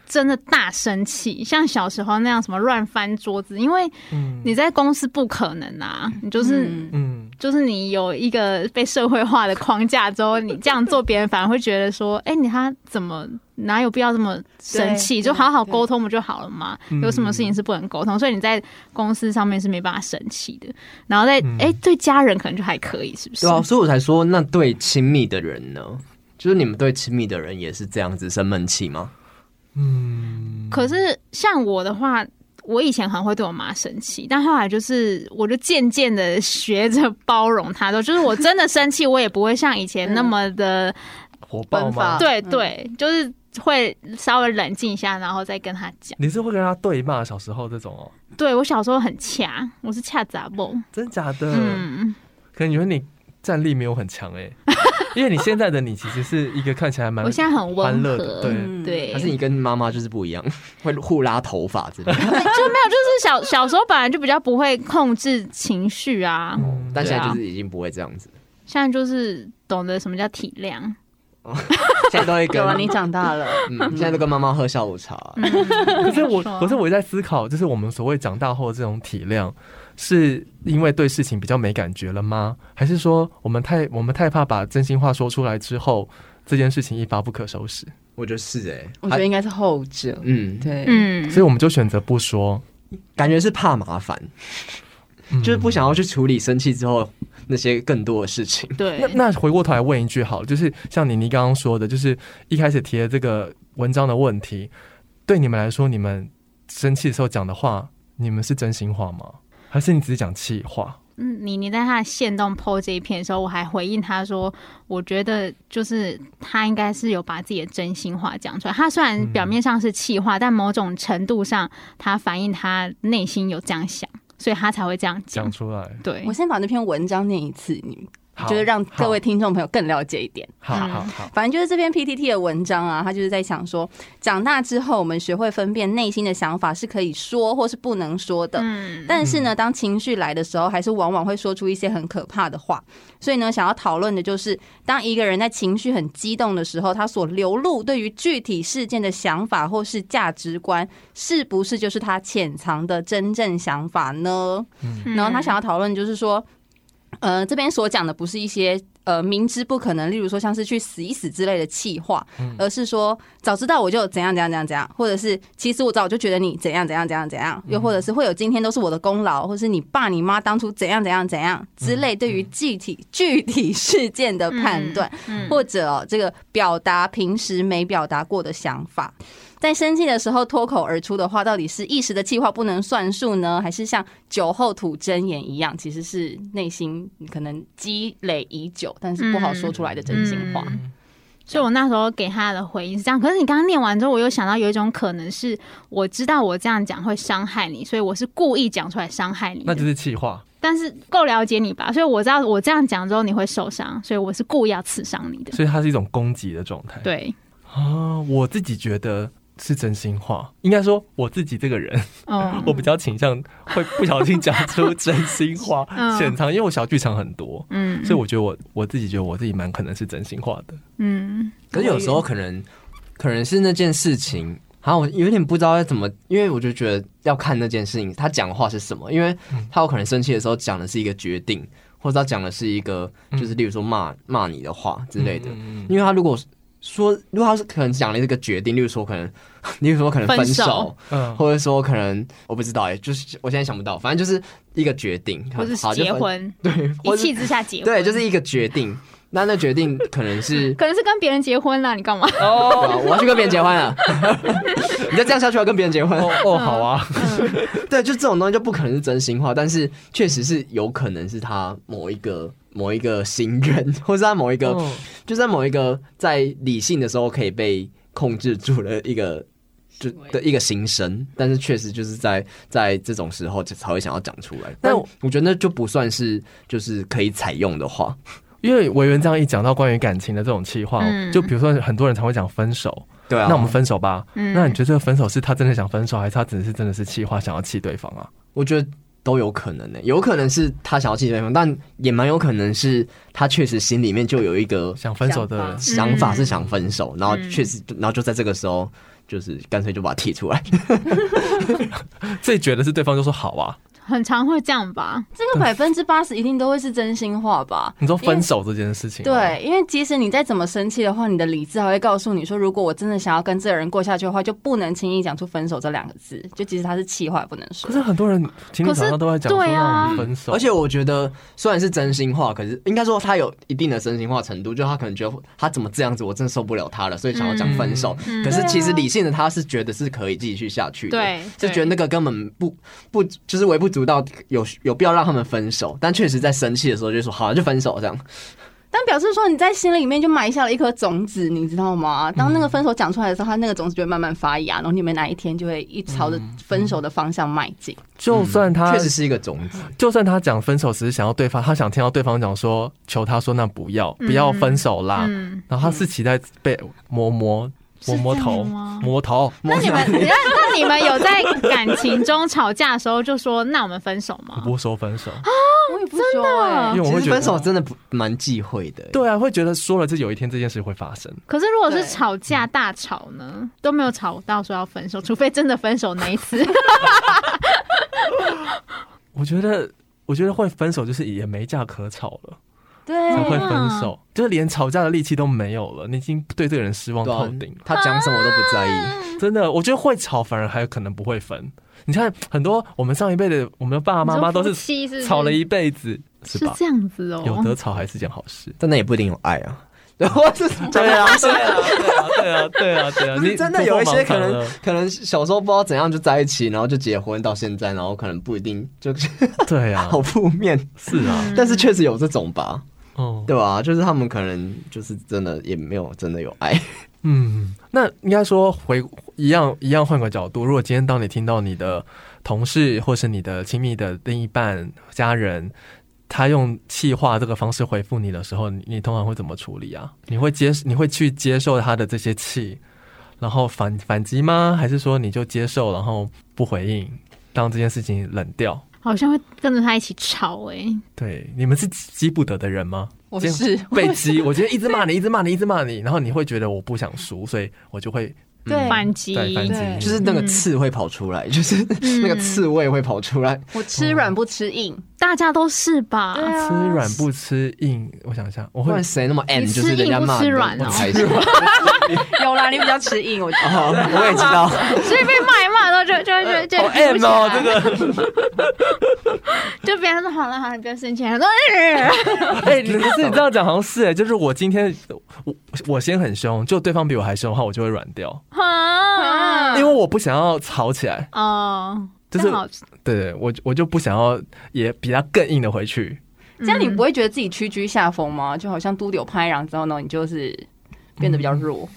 Speaker 2: 真的大生气，像小时候那样什么乱翻桌子，因为
Speaker 4: 嗯
Speaker 2: 你在公司不可能啊，你就是。
Speaker 3: 嗯
Speaker 4: 嗯
Speaker 2: 就是你有一个被社会化的框架之后，你这样做，别人反而会觉得说：“哎、你他怎么哪有必要这么生气？
Speaker 3: 对
Speaker 2: 就好好
Speaker 3: 对
Speaker 2: 沟通不就好了嘛？
Speaker 4: 嗯
Speaker 2: 有什么事情是不能沟通？所以你在公司上面是没办法生气的，然后在哎、
Speaker 4: 嗯
Speaker 2: 对家人可能就还可以，是不是？
Speaker 1: 对啊，所以我才说，那对亲密的人呢？就是你们对亲密的人也是这样子生闷气吗？
Speaker 4: 嗯，
Speaker 2: 可是像我的话，我以前很会对我妈生气，但后来就是我就渐渐的学着包容她，都就是我真的生气，我也不会像以前那么的，
Speaker 4: 火爆
Speaker 3: 奔
Speaker 4: 吗
Speaker 3: 放？
Speaker 2: 对
Speaker 3: 嗯
Speaker 2: 对，就是会稍微冷静一下，然后再跟她讲。
Speaker 4: 你是会跟他对骂小时候这种哦？
Speaker 2: 对我小时候很恰，我是恰杂蹦，
Speaker 4: 真假的？
Speaker 2: 嗯，
Speaker 4: 可能你觉得你战力没有很强哎、 因为你现在的你其实是一个看起来蛮
Speaker 2: 我现在很
Speaker 4: 欢
Speaker 2: 温
Speaker 4: 乐
Speaker 2: 和
Speaker 4: 的，，对，
Speaker 3: 嗯
Speaker 2: 对，
Speaker 1: 还是你跟妈妈就是不一样， 会互拉头发之类的？
Speaker 2: 就没有，就是小小时候本来就比较不会控制情绪啊，
Speaker 4: 嗯
Speaker 1: 但现在就是已经不会这样子，
Speaker 2: 现在就是懂得什么叫体谅，
Speaker 1: 现在都会跟
Speaker 3: 有啊，你长 大了。
Speaker 1: 嗯，现在都跟妈妈喝下午茶。
Speaker 4: 可是我，
Speaker 2: 没错
Speaker 4: 可是我在思考，就是我们所谓长大后的这种体谅，是因为对事情比较没感觉了吗？还是说我们太我们太怕把真心话说出来之后，这件事情一发不可收拾，
Speaker 1: 我觉得是哎，
Speaker 3: 我觉得
Speaker 1: 还
Speaker 3: 应该是后者。
Speaker 1: 嗯，
Speaker 3: 对，
Speaker 2: 嗯
Speaker 4: 所以我们就选择不说，
Speaker 1: 感觉是怕麻烦，
Speaker 4: 嗯
Speaker 1: 就是不。想要去处理生气之后那些更多的事情。
Speaker 2: 对
Speaker 4: 那，那回过头来问一句好了，就是像妮妮刚刚说的，就是一开始提的这个文章的问题，对你们来说，你们生气的时候讲的话，你们是真心话吗？还是你只是讲气话？
Speaker 2: 嗯，你你在他的线动 PO 这一篇的时候，我还回应他说，我觉得就是他应该是有把自己的真心话讲出来。他虽然
Speaker 4: 嗯
Speaker 2: 表面上是气话，但某种程度上，他反映他内心有这样想，所以他才会这样讲
Speaker 3: 嗯
Speaker 4: 讲。出来，
Speaker 2: 对
Speaker 3: 我，先把那篇文章念一次，你
Speaker 5: 好
Speaker 3: 就是让各位
Speaker 5: 好
Speaker 3: 听众朋友更了解一点。
Speaker 5: 好
Speaker 2: 嗯
Speaker 5: 好好，
Speaker 3: 反正就是这篇 PTT 的文章啊，他就是在想说，长大之后我们学会分辨内心的想法是可以说或是不能说的。
Speaker 2: 嗯，
Speaker 3: 但是呢，当情绪来的时候，还是往往会说出一些很可怕的话。所以呢，想要讨论的就是，当一个人在情绪很激动的时候，他所流露对于具体事件的想法或是价值观，是不是就是他潜藏的真正想法呢？
Speaker 4: 嗯
Speaker 3: 然后他想要讨论就是说，呃，这边所讲的不是一些呃明知不可能，例如说像是去死一死之类的气话，而是说早知道我就怎样怎样怎样怎样，或者是其实我早就觉得你怎样怎样怎样怎样，又或者是会有今天都是我的功劳，或是你爸你妈当初怎样怎样怎样之类，对于具体具体事件的判断，
Speaker 2: 嗯
Speaker 3: 或者、哦、这个表达平时没表达过的想法。在生气的时候脱口而出的话，到底是一时的气话不能算数呢，还是像酒后吐真言一样，其实是内心可能积累已久，但是不好说出来的真心话？
Speaker 2: 嗯所以我那时候给他的回应是这样。可是你刚刚念完之后，我又想到有一种可能是，我知道我这样讲会伤害你，所以我是故意讲出来伤害你
Speaker 4: 那
Speaker 2: 的。
Speaker 4: 就是气话。
Speaker 2: 但是够了解你吧，所以我知道我这样讲之后你会受伤，所以我是故意要刺伤你的。
Speaker 4: 所以它是一种攻击的状态。
Speaker 2: 对，
Speaker 4: 啊，我自己觉得是真心话，应该说我自己这个人，
Speaker 2: 嗯
Speaker 4: 我比较倾向会不小心讲出真心话
Speaker 2: 嗯，
Speaker 4: 潜藏，因为我小剧场很多，
Speaker 2: 嗯，
Speaker 4: 所以我觉得我我自己觉得我自己蛮可能是真心话的。
Speaker 2: 嗯
Speaker 1: 可是有时候可能可能是那件事情，然后我有点不知道要怎么，因为我就觉得要看那件事情他讲的话是什么，因为
Speaker 4: 嗯
Speaker 1: 他有可能生气的时候讲的是一个决定，或者他讲的是一个就是例如说骂骂你的话之类的，
Speaker 4: 嗯，
Speaker 1: 因为他如果说如果他是可能讲了一个决定，例如说可能 例如说可能分
Speaker 2: 分手
Speaker 1: 手，
Speaker 4: 嗯
Speaker 1: 或者说可能我不知道哎、就是我现在想不到，反正就是一个决定，
Speaker 2: 或是
Speaker 1: 好就
Speaker 2: 结
Speaker 1: 分
Speaker 2: 婚，
Speaker 1: 对，
Speaker 2: 一
Speaker 1: 或是
Speaker 2: 气之下结婚，
Speaker 1: 对，就是一个决定。那那决定可能 是
Speaker 2: 可能是跟别人结婚了，你干嘛？
Speaker 1: 对啊我要去跟别人结婚了。 你再这样下去，我要跟别人结婚。
Speaker 4: 哦哦，好啊，
Speaker 2: 嗯
Speaker 1: 对，就这种东西就不可能是真心话，但是确实是有可能是他某一个某一个心愿，或是他某一个、
Speaker 4: 哦
Speaker 1: 就在某一个在理性的时候可以被控制住的一个。就的一个心声，但是确实就是在在这种时候才会想要讲出来。但
Speaker 4: 我
Speaker 1: 我觉得那就不算是就是可以采用的话，
Speaker 4: 因为委员这样一讲到关于感情的这种气话，
Speaker 2: 嗯
Speaker 4: 就比如说很多人常会讲分手，
Speaker 1: 对啊。
Speaker 4: 那我们分手吧。
Speaker 2: 嗯
Speaker 4: 那你觉得这个分手是他真的想分手，还是他只是真的是气话想要气对方啊？
Speaker 1: 我觉得都有可能呢、欸有可能是他想要气对方，但也蛮有可能是他确实心里面就有一个
Speaker 4: 想分手的
Speaker 3: 想
Speaker 1: 想法是想分手，然后确实，然后就在这个时候，就是干脆就把他踢出来。
Speaker 4: 最绝的是对方就说好啊，
Speaker 2: 很常会这样吧？
Speaker 3: 这个百分之八十一定都会是真心话吧？
Speaker 4: 你说分手这件事情，，
Speaker 3: 对，因为即使你再怎么生气的话，你的理智还会告诉你说，如果我真的想要跟这个人过下去的话，就不能轻易讲出分手这两个字。就即使他是气话，也不能说
Speaker 4: 可。是很多人情侣早上都在讲说
Speaker 2: 可是对啊
Speaker 4: 让你分手，
Speaker 1: 而且我觉得，虽然是真心话，可是应该说他有一定的真心话程度，就他可能觉得他怎么这样子，我真的受不了他了，所以想要讲分手。
Speaker 2: 嗯
Speaker 1: 可是其实理性的他是觉得是可以继续下去的，
Speaker 2: 对
Speaker 1: 就觉得那个根本不不就是微不足道，有有必要让他们分手。但确实在生气的时候就说好就分手这样。
Speaker 3: 但表示说你在心里面就埋下了一颗种子，你知道吗？当
Speaker 4: 嗯
Speaker 3: 那个分手讲出来的时候，它那个种子就会慢慢发芽，然后你们哪一天就会一朝着
Speaker 4: 嗯
Speaker 3: 分手的方向迈进。
Speaker 4: 就算他
Speaker 1: 嗯确实是一个种子，
Speaker 4: 就算他讲分手，只是想要对方，他想听到对方讲说，求他说那不要，不要分手啦。
Speaker 2: 嗯，
Speaker 4: 然后他是期待被摸摸摸摸
Speaker 2: 是这
Speaker 4: 头，
Speaker 2: 样吗
Speaker 4: 摸头。
Speaker 2: 那你们，那那你们有在感情中吵架的时候就说那我们分手
Speaker 4: 我
Speaker 2: 吗？
Speaker 4: 不会说分手，
Speaker 2: 啊
Speaker 3: 我也不说、
Speaker 4: 因
Speaker 3: 欸，
Speaker 4: 为我
Speaker 1: 其
Speaker 4: 会
Speaker 1: 实
Speaker 4: 觉
Speaker 1: 分
Speaker 4: 得，
Speaker 1: 手真的不蛮忌讳的、
Speaker 4: 对啊，会觉得说了这有一天这件事会发生。
Speaker 2: 可是如果是
Speaker 3: 对
Speaker 2: 吵架大吵呢，都没有吵到说要分手，除非真的分手那一次。
Speaker 4: 我觉得，我觉得会分手就是也没架可吵了，
Speaker 3: 对
Speaker 4: 才
Speaker 2: 怎么
Speaker 4: 会
Speaker 2: 啊
Speaker 4: 分手，就是连吵架的力气都没有了，你已经对这个人失望
Speaker 1: 对啊
Speaker 4: 透顶。了。
Speaker 1: 他讲什么我都不在意。
Speaker 4: 真的，我觉得会吵反而还有可能不会分。你看很多我们上一辈的，我们的爸爸妈妈都
Speaker 2: 你说夫
Speaker 4: 是
Speaker 2: 妻是不是
Speaker 4: 吵了一辈子，是
Speaker 2: 是
Speaker 4: 吧？
Speaker 2: 这样子哦，
Speaker 4: 有得吵还是件好事。
Speaker 1: 但那也不一定有爱啊，然后是
Speaker 4: 对啊， 对啊，对啊，对啊，对啊，
Speaker 1: 不
Speaker 4: 你
Speaker 1: 是真的有一些可
Speaker 4: 突破盲
Speaker 1: 能
Speaker 4: 肠了，
Speaker 1: 可能小时候不知道怎样就在一起，然后就结婚到现在，然后可能不一定就是
Speaker 4: 对啊，
Speaker 1: 好负面，
Speaker 4: 是啊，
Speaker 1: 但是确实有这种吧，
Speaker 4: 哦，
Speaker 1: 对吧？就是他们可能就是真的也没有真的有爱，
Speaker 4: 嗯，那应该说回一样一样换个角度，如果今天当你听到你的同事或是你的亲密的另一半、家人，他用气话这个方式回复你的时候，你你通常会怎么处理啊？你会接你会去接受他的这些气，然后反反击吗？还是说你就接受，然后不回应，让这件事情冷掉？
Speaker 2: 好像会跟着他一起吵哎、
Speaker 4: 对，你们是激不得的人吗？
Speaker 3: 我
Speaker 4: 这样
Speaker 3: 是
Speaker 4: 被激，我觉得一直骂你，一直骂你，一直骂你，然后你会觉得我不想输，所以我就会
Speaker 3: 对
Speaker 2: 反击，
Speaker 4: 再反击
Speaker 3: 对
Speaker 4: 你。
Speaker 1: 就是那个刺会跑出来，就是那个刺味会跑出
Speaker 4: 嗯
Speaker 1: 来。
Speaker 3: 我吃软不吃硬，
Speaker 2: 大家都是吧？
Speaker 4: 吃软不吃硬，我想一下，我
Speaker 1: 不
Speaker 4: 会
Speaker 1: 然谁那么 M？
Speaker 2: 你
Speaker 1: 就
Speaker 2: 吃
Speaker 1: 是人家骂
Speaker 2: 硬不吃
Speaker 1: 你都
Speaker 2: 软
Speaker 1: 不
Speaker 2: 哦
Speaker 1: 开心。
Speaker 3: 啊 有啦，你比较吃硬，我觉得。
Speaker 1: 哦我也知道，
Speaker 2: 所以被骂一骂，然后就就就就
Speaker 4: 好 M 哦，这个，
Speaker 2: 就别人说好了好了，你不要生气，然后说、
Speaker 4: 哎，你不是你这样讲好像是哎，就是我今天我我先很凶，就对方比我还凶的话，我就会软掉，
Speaker 2: 呃、啊
Speaker 1: 嗯
Speaker 4: 因为我不想要吵起来，
Speaker 2: 哦，
Speaker 4: 就是
Speaker 2: 这好
Speaker 4: 对对，我我就不想要也比他更硬的回去，
Speaker 3: 这样你不会觉得自己屈居下风吗？就好像都柳拍然之后呢，你就是变得比较
Speaker 4: 嗯
Speaker 3: 弱，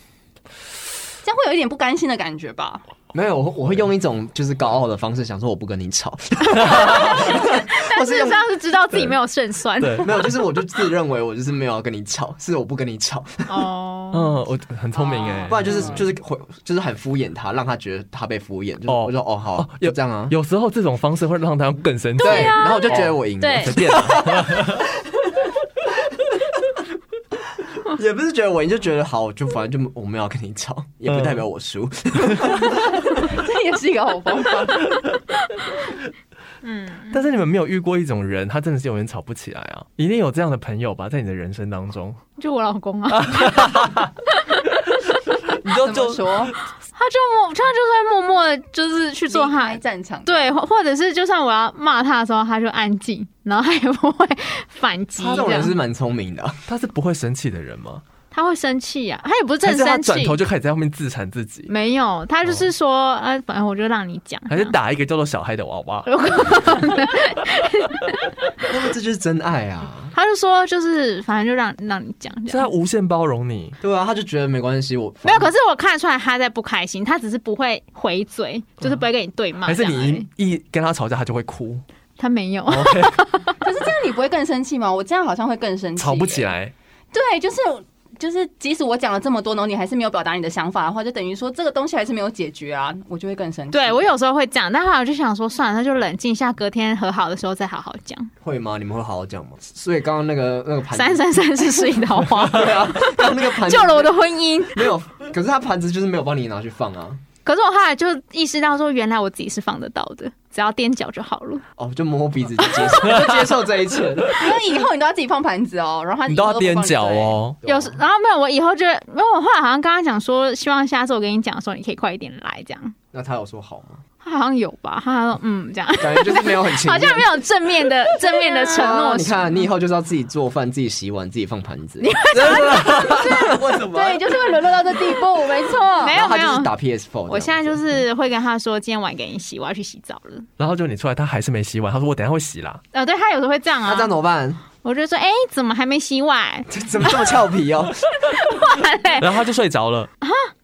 Speaker 3: 这样会有一点不甘心的感觉吧？
Speaker 1: 没有，我会我会用一种就是高傲的方式，想说我不跟你吵，
Speaker 2: 但事实上是知道自己没有胜算
Speaker 4: 对，
Speaker 1: 没有，就是我就自认为我就是没有要跟你吵，是我不跟你吵，
Speaker 2: 哦。
Speaker 4: 嗯，我很聪明哎
Speaker 1: 哦不，然就是就是回就是很敷衍他，让他觉得他被敷衍，就是
Speaker 4: 哦
Speaker 1: 我就哦好
Speaker 4: 哦，
Speaker 1: 就这样啊，
Speaker 4: 有时候这种方式会让他更生气，
Speaker 1: 对，啊然后我就觉得我赢了，
Speaker 2: 啊对
Speaker 4: 随便 啊，
Speaker 1: 也不是觉得我赢，就觉得好，就反正就我没有要跟你吵，也
Speaker 4: 嗯
Speaker 1: 不代表我输，
Speaker 3: 这也是一个好方法。
Speaker 4: 但是你们没有遇过一种人，他真的是永远吵不起来啊，一定有这样的朋友吧，在你的人生当中，
Speaker 2: 就我老公啊，
Speaker 4: 你就
Speaker 3: 怎么
Speaker 4: 就
Speaker 3: 说？
Speaker 2: 他就默，他就会默默的，就是去做
Speaker 3: 离
Speaker 2: 他
Speaker 3: 开战场，
Speaker 2: 对，或或者是就算我要骂他的时候，他就安静，然后他也不会反击
Speaker 1: 他这种
Speaker 2: 这
Speaker 1: 人是
Speaker 2: 样。
Speaker 1: 蛮聪明的 啊，
Speaker 4: 他是不会生气的人吗？
Speaker 2: 他会生气呀、他也不是
Speaker 4: 还
Speaker 2: 真
Speaker 4: 是
Speaker 2: 的
Speaker 4: 他
Speaker 2: 生
Speaker 4: 转
Speaker 2: 气
Speaker 4: 头，就哦开始在后面自残自己？
Speaker 2: 没有，他就是说，呃，反正我就让你讲，
Speaker 4: 还是打一个叫做小孩的娃娃，
Speaker 1: 那么这就是真爱啊，
Speaker 2: 他就说，就是反正就让让你讲这
Speaker 4: 所以
Speaker 2: 样
Speaker 4: 他。无限包容你。
Speaker 1: 对啊，他就觉得没关系，我
Speaker 2: 没有，可是我看得出来他在不开心，他只是不会回嘴，就是不会跟你对骂
Speaker 4: 嗯还
Speaker 2: 这
Speaker 4: 是
Speaker 2: 样而已。
Speaker 4: 你哦一一跟他吵架，他就会哭，
Speaker 2: 他没有，
Speaker 3: 可是这样你不会更生气吗？我这样好像会更生气，
Speaker 4: 吵不起。来。
Speaker 3: 对，就是就是，即使我讲了这么多，然后你还是没有表达你的想法的话，就等于说这个东西还是没有解决啊，我就会更生气。
Speaker 2: 对我有时候会这样，但后来我就想说，算了，那就冷静一下，隔天和好的时候再好好讲。
Speaker 1: 会吗？你们会好好讲吗？所以刚刚那个那个盘子
Speaker 2: 三三三是水桃花，
Speaker 1: 对啊，刚刚那个盘子
Speaker 2: 救了我的婚姻。
Speaker 1: 没有，可是他盘子就是没有帮你拿去放啊，
Speaker 2: 可是我后来就意识到说，原来我自己是放得到的，只要踮脚就好了。
Speaker 1: 哦，就摸摸鼻子就接受， 就接受这一切。
Speaker 3: 所以以后你都要自己放盘子哦，然后他
Speaker 4: 你都要踮脚
Speaker 3: 以后都不放你
Speaker 4: 哦，
Speaker 1: 啊
Speaker 2: 有时，然后没有，我以后就，因为我后来好像跟他讲说，希望下次我跟你讲的时候，你可以快一点来，这样。
Speaker 1: 那他有说好吗？
Speaker 2: 他好像有吧？他好像说嗯，这样，
Speaker 1: 感觉就是没有很情
Speaker 2: 好
Speaker 1: 愿。
Speaker 2: 像没有正面的正面的承
Speaker 1: 啊
Speaker 2: 诺。
Speaker 1: 你看，你以后就是要自己做饭、自己洗碗、自己放盘子。 真的为什么？
Speaker 3: 对，就是会沦落到这地步，没错。
Speaker 2: 没
Speaker 1: 然
Speaker 2: 有
Speaker 1: 后
Speaker 2: 没
Speaker 1: 他就是
Speaker 2: 有，
Speaker 1: 打 PS4。
Speaker 2: 我现在就是会跟他说，今天晚给你洗，我要去洗澡了。
Speaker 4: 然后就你出来，他还是没洗碗。他说我等一下会洗啦。
Speaker 2: 啊，对他有时候会这样
Speaker 1: 那
Speaker 2: 啊
Speaker 1: 这样，怎么办？
Speaker 2: 我就说，哎，怎么还没洗碗？
Speaker 1: 怎么这么俏皮哦？
Speaker 2: 对，
Speaker 4: 然后他就睡着了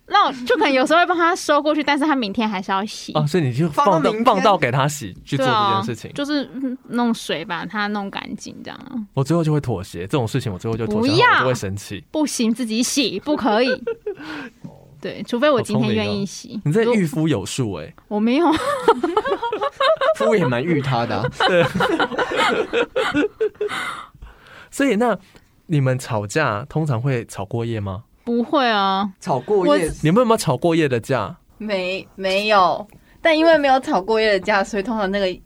Speaker 2: 那我就可能有时候会帮他收过去，但是他明天还是要洗。
Speaker 4: 哦，所以你就
Speaker 1: 放到
Speaker 4: 放到
Speaker 1: 明天
Speaker 4: 放到给他洗去
Speaker 2: 对
Speaker 4: 做这件事
Speaker 2: 啊、
Speaker 4: 情。
Speaker 2: 就是嗯弄水把它弄干净，这样啊
Speaker 4: 我最后就会妥协，这种事情我最后就妥协，
Speaker 2: 不要
Speaker 4: 我就会生气。
Speaker 2: 不行，自己洗不可以。对，除非我今天愿意洗。
Speaker 4: 哦你这
Speaker 2: 如
Speaker 4: 御夫有术哎、
Speaker 2: 我没有，
Speaker 1: 夫也蛮遇他的啊。
Speaker 4: 所以那你们吵架通常会吵过夜吗？
Speaker 2: 不会啊。
Speaker 1: 吵过夜，
Speaker 4: 你们有没有吵过夜的架？
Speaker 3: 没没有，但因为没有吵过夜的架，所以通常那个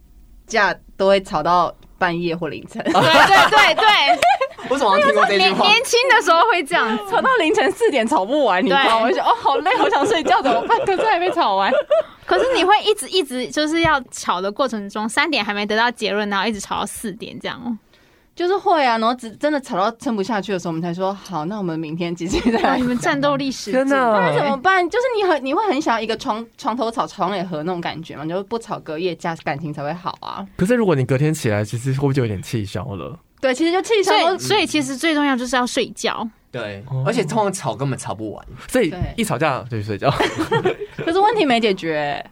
Speaker 3: 架都会吵到半夜或凌晨，
Speaker 2: 对对对对，
Speaker 1: 我怎么好像听过这句
Speaker 2: 年
Speaker 1: 话？
Speaker 2: 年轻的时候会这样子。
Speaker 3: 吵到凌晨四点吵不完，你知道吗？我
Speaker 2: 对
Speaker 3: 就觉得哦好累，好想睡觉，怎么办？可是还没吵完。
Speaker 2: 可是你会一直一直就是要吵的过程中，三点还没得到结论，然后一直吵到四点这样哦。
Speaker 3: 就是会啊，然后只真的吵到撑不下去的时候，我们才说好，那我们明天几点再
Speaker 2: 哇，
Speaker 3: 来
Speaker 2: 你。们战斗力十
Speaker 4: 天
Speaker 2: 足。
Speaker 4: 哪
Speaker 3: 那怎
Speaker 2: 哎
Speaker 3: 么办？就是你很你会很想要一个床床头吵床尾和那种感觉嘛，你就不吵隔夜架，感情才会好啊。
Speaker 4: 可是如果你隔天起来，其实会不会就有点气消了？
Speaker 3: 对，其实就气消
Speaker 2: 所。以，所以
Speaker 1: 嗯
Speaker 2: 其实最重要就是要睡觉。
Speaker 1: 对
Speaker 4: 哦，
Speaker 1: 而且通常吵根本吵不完。
Speaker 4: 所以
Speaker 3: 对
Speaker 4: 一吵架就去睡觉。
Speaker 3: 可是问题没解决、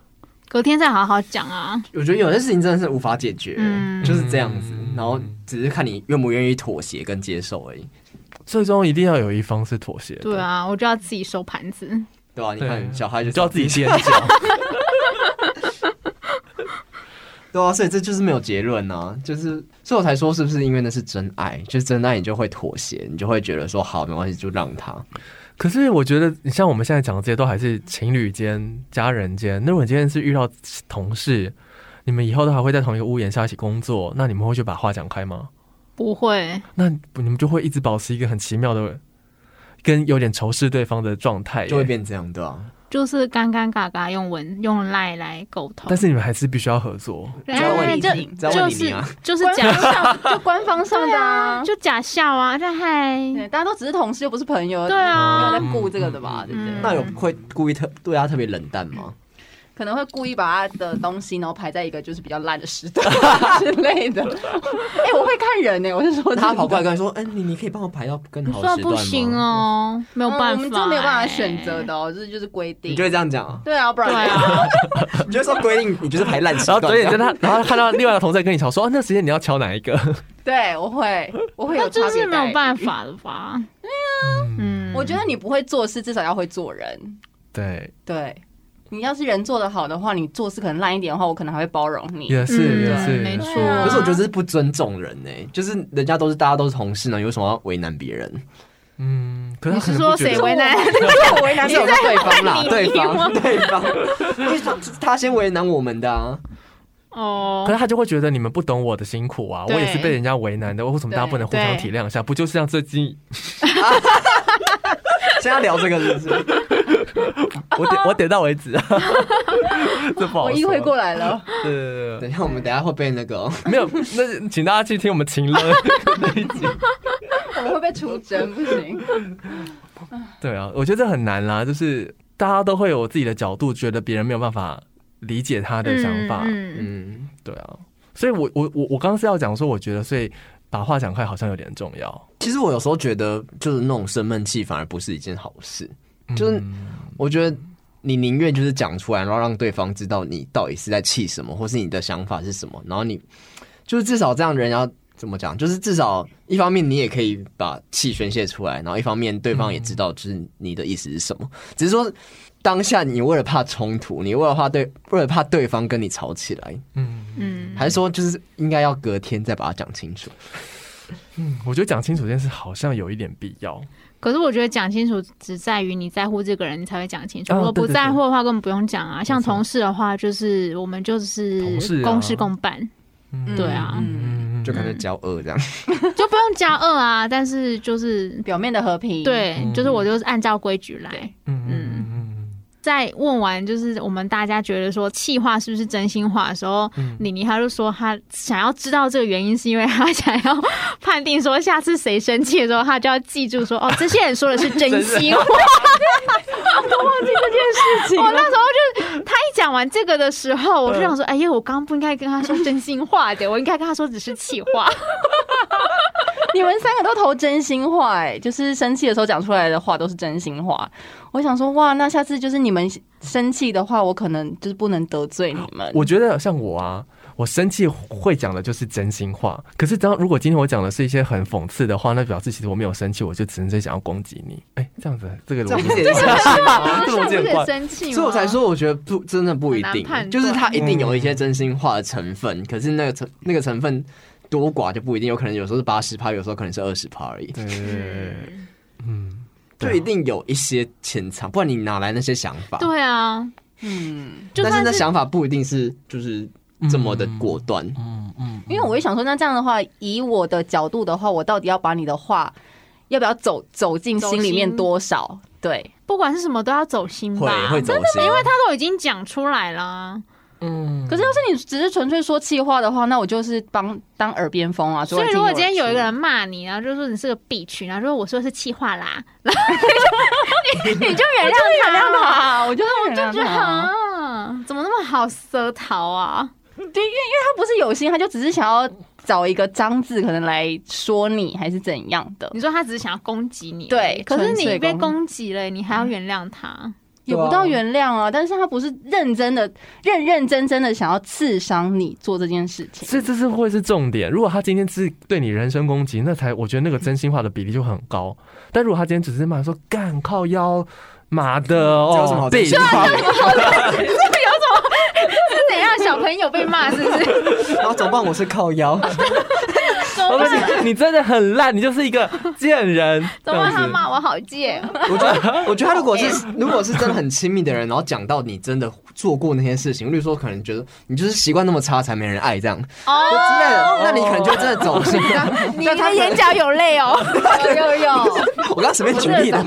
Speaker 2: 隔天再好好讲啊。
Speaker 1: 我觉得有些事情真的是无法解决，
Speaker 2: 嗯
Speaker 1: 就是这样子
Speaker 4: 嗯，
Speaker 1: 然后只是看你愿不愿意妥协跟接受而已，
Speaker 4: 最终一定要有一方是妥协的。
Speaker 2: 对啊，我就要自己收盘子。
Speaker 1: 对吧、你
Speaker 4: 对
Speaker 1: 看小孩就
Speaker 4: 就要自己
Speaker 1: 接，
Speaker 4: 尖叫。
Speaker 1: 对啊，所以这就是没有结论呢、就是所以我才说是不是因为那是真爱，就是真爱你就会妥协，你就会觉得说好没关系就让他，
Speaker 4: 可是我觉得，你像我们现在讲的这些，都还是情侣间、家人间。那如果你今天是遇到同事，你们以后都还会在同一个屋檐下一起工作，那你们会去把话讲开吗？
Speaker 2: 不会，
Speaker 4: 那你们就会一直保持一个很奇妙的，跟有点仇视对方的状态耶，
Speaker 1: 就会变这样，对啊？
Speaker 2: 就是干干嘎嘎用文用赖来沟通。
Speaker 4: 但是你们还是必须要合作。
Speaker 1: 只要问
Speaker 2: 哎
Speaker 1: 你
Speaker 2: 就
Speaker 1: 只要问
Speaker 2: 就
Speaker 1: 你
Speaker 2: 是
Speaker 1: 你啊，
Speaker 2: 就是
Speaker 3: 官
Speaker 2: 假
Speaker 3: 方上就官方上的啊，
Speaker 2: 就假笑啊，就嗨，
Speaker 3: 对，大家都只是同事，又不是朋友，
Speaker 2: 对
Speaker 3: 没有
Speaker 2: 啊
Speaker 3: 在，顾这个的吧？对不
Speaker 2: 嗯
Speaker 3: 对？
Speaker 1: 那有会故意特对他特别冷淡吗？
Speaker 3: 可能会故意把他的东西，然后排在一个就是比较烂的 时段 之类的。哎、我会看人呢、我是说
Speaker 1: 那他跑过来
Speaker 3: 真的
Speaker 1: 跟你说，哎、你你可以帮我排到更
Speaker 2: 你
Speaker 1: 好
Speaker 2: 说
Speaker 1: 的时
Speaker 2: 不
Speaker 1: 段吗？
Speaker 2: 行，哦，没有办法，欸
Speaker 3: 嗯我们就没有办法选择。的哦，这就是规定
Speaker 1: 你就。会这样讲啊？
Speaker 3: 对啊，不
Speaker 2: 对
Speaker 3: 然
Speaker 2: 啊，
Speaker 1: 你就会说规定哦你就是排烂时段
Speaker 4: 然后
Speaker 1: 这
Speaker 4: 转
Speaker 1: 样，
Speaker 4: 眼间他，然后看到另外一个同事在跟你吵说，啊、那时间你要敲哪一个？
Speaker 3: 对，我会，我会有
Speaker 2: 那就
Speaker 3: 差别
Speaker 2: 是没有
Speaker 3: 待
Speaker 2: 办
Speaker 3: 遇。
Speaker 2: 法了吧？
Speaker 4: 嗯，
Speaker 2: 嗯，
Speaker 3: 我觉得你不会做事，至少要会做人。
Speaker 4: 对，
Speaker 3: 对，你要是人做的好的话，你做事可能烂一点的话，我可能还会包容你。
Speaker 4: 也是也是，
Speaker 2: 嗯没错
Speaker 4: 也是
Speaker 1: 可是我觉得这是不尊重人呢、就是人家都是大家都是同事呢，有什么要为难别人？
Speaker 4: 嗯，可是
Speaker 2: 你
Speaker 4: 他可
Speaker 2: 是
Speaker 4: 能
Speaker 2: 说
Speaker 4: 不觉得
Speaker 2: 谁为难？
Speaker 3: 我为难
Speaker 1: 是我们对方啦，
Speaker 2: 你
Speaker 1: 对
Speaker 2: 我
Speaker 1: 方对方，就是他他先为难我们的啊，
Speaker 2: 哦
Speaker 4: 可，是他就会觉得你们不懂我的辛苦啊，我
Speaker 2: 对
Speaker 4: 也是被人家为难的，为什么大家不能互相体谅一下？不就是像最近
Speaker 1: 现在聊这个是不是？
Speaker 4: 我点我点到为止啊， 这不好说
Speaker 3: 我
Speaker 4: 啊
Speaker 3: 意会过来了。
Speaker 4: 对对对
Speaker 1: 等
Speaker 4: 对
Speaker 1: 一下我们等一下会被那个哦，
Speaker 4: 对，没有，那请大家去听我们情乐 那一集。
Speaker 3: 我们会被出征，不行。
Speaker 4: 对啊，我觉得这很难啦，就是大家都会有自己的角度，觉得别人没有办法理解他的想法。
Speaker 2: 嗯，嗯
Speaker 1: 嗯，
Speaker 4: 对啊，所以我我我我刚刚是要讲说，我觉得所以把话讲开好像有点重要，
Speaker 1: 其实我有时候觉得就是那种生闷气反而不是一件好事，就是
Speaker 4: 嗯
Speaker 1: 我觉得。你宁愿就是讲出来，然后让对方知道你到底是在气什么，或是你的想法是什么，然后你就是至少这样人要怎么讲？就是至少一方面你也可以把气宣泄出来，然后一方面对方也知道就是你的意思是什么。只是说当下你为了怕冲突，你为了怕对为了怕对方跟你吵起来，
Speaker 4: 嗯
Speaker 2: 嗯，
Speaker 1: 还是说就是应该要隔天再把它讲清楚？
Speaker 4: 嗯，我觉得讲清楚这件事好像有一点必要。
Speaker 2: 可是我觉得讲清楚只在于你在乎这个人，你才会讲清楚。
Speaker 4: 哦
Speaker 2: 如果不
Speaker 4: 对对对
Speaker 2: 在乎的话，根本不用讲啊。像
Speaker 4: 没错
Speaker 2: 同事的话，就是我们就
Speaker 4: 同事
Speaker 2: 是
Speaker 4: 啊
Speaker 2: 公事公办，
Speaker 4: 嗯
Speaker 2: 对啊
Speaker 3: 嗯，
Speaker 4: 嗯，
Speaker 1: 就可能交恶 这样。
Speaker 2: 就不用加二啊。但是就是
Speaker 3: 表面的和平。，
Speaker 2: 对
Speaker 4: 嗯，
Speaker 2: 就是我就是按照规矩来
Speaker 3: 对。
Speaker 4: 嗯嗯
Speaker 2: 嗯
Speaker 4: 嗯
Speaker 2: 在问完就是我们大家觉得说气话是不是真心话的时候，
Speaker 4: 嗯
Speaker 2: 李妮她就说她想要知道这个原因，是因为她想要判定说下次谁生气的时候，她就要记住说哦，这些人说的是真心话。
Speaker 3: 事情
Speaker 2: 我那时候就她一讲完这个的时候，我就想说，哎呀，我刚刚不应该跟她说真心话的，我应该跟她说只是气话。
Speaker 3: 你们三个都投真心话、哎，就是生气的时候讲出来的话都是真心话。我想说，哇，那下次就是你们生气的话，我可能就是不能得罪你们。
Speaker 4: 我觉得像我啊，我生气会讲的就是真心话。可是，当如果今天我讲的是一些很讽刺的话，那表示其实我没有生气，我就纯粹想要攻击你。哎、这样子，这个
Speaker 1: 这
Speaker 4: 逻
Speaker 1: 样
Speaker 4: 辑
Speaker 1: 不是也是生气吗？
Speaker 4: 这个逻辑
Speaker 2: 是
Speaker 4: 很
Speaker 2: 不是
Speaker 4: 怪
Speaker 2: 很。生气吗？
Speaker 1: 所以我才说，我觉得不真的不一
Speaker 2: 很难判
Speaker 1: 定，
Speaker 2: 断
Speaker 1: 就是他一定有一些真心话的成分，可是那个成那个成分多寡就不一定，有可能有时候是八十趴，有时候可能是二十趴而已，
Speaker 4: 对对对对，嗯，
Speaker 1: 就一定有一些潜藏，不然你哪来那些想法？，
Speaker 2: 对啊，
Speaker 3: 嗯，
Speaker 2: 就
Speaker 1: 但是
Speaker 2: 算
Speaker 1: 那
Speaker 2: 是
Speaker 1: 想法不一定是就是这么的果断，
Speaker 4: 嗯嗯，
Speaker 3: 因为我会想说，那这样的话，以我的角度的话，我到底要把你的话，要不要走走进心里面多少？对，
Speaker 2: 不管是什么都要走心
Speaker 1: 会
Speaker 2: 吧，
Speaker 1: 会走心，因为
Speaker 2: 他都已经讲出来啦。啊
Speaker 4: 嗯，
Speaker 3: 可是要是你只是纯粹说气话的话，那我就是帮当耳边风啊。
Speaker 2: 所以如果今天有一个
Speaker 3: 人。
Speaker 2: 人骂你，然后就说你是个 bitch，然后说我说的是气话 啦，然后你就你就原谅
Speaker 3: 原
Speaker 2: 他
Speaker 3: 谅
Speaker 2: 了，
Speaker 3: 他，我就我
Speaker 2: 我
Speaker 3: 就
Speaker 2: 就觉
Speaker 3: 觉
Speaker 2: 得
Speaker 3: 得啊，
Speaker 2: 啊，怎么那么好舌头啊？
Speaker 3: 他不是有心，他就只是想要找一个脏字，可能来说你还是怎样的，
Speaker 2: 你说他只是想要攻击你而已，
Speaker 3: 对
Speaker 2: 可是
Speaker 3: 纯粹
Speaker 2: 你被
Speaker 3: 攻
Speaker 2: 攻击了，你还要原 谅他？
Speaker 3: 也不到原谅啊。但是他不是认真的、认认真真的想要刺伤你做这件事情。
Speaker 4: 这这是会是重点。如果他今天是对你人身攻击，那才我觉得那个真心话的比例就很高。但如果他今天只是骂说干靠腰，妈的
Speaker 1: 这有嗯什么
Speaker 4: 哦
Speaker 1: 好，真 心话的？
Speaker 2: 是怎样？小朋友被骂是不是？
Speaker 1: 然后哦总办我是靠腰，
Speaker 4: 我跟你哦讲你真的很烂，你就是一个贱人。
Speaker 2: 怎么
Speaker 4: 这样子
Speaker 2: 他骂我好贱？
Speaker 1: 我觉 得，我觉得他如果是如果是真的很亲密的人，然后讲到你真的做过那些事情，例如说可能觉得你就是习惯那么差才没人爱这样，就
Speaker 2: 哦，
Speaker 1: 之类的，那你可能就真的走心。 但
Speaker 2: 你
Speaker 1: 但他可能
Speaker 2: 的眼角有泪哦，
Speaker 3: 有有有，
Speaker 1: 我刚随便举例的，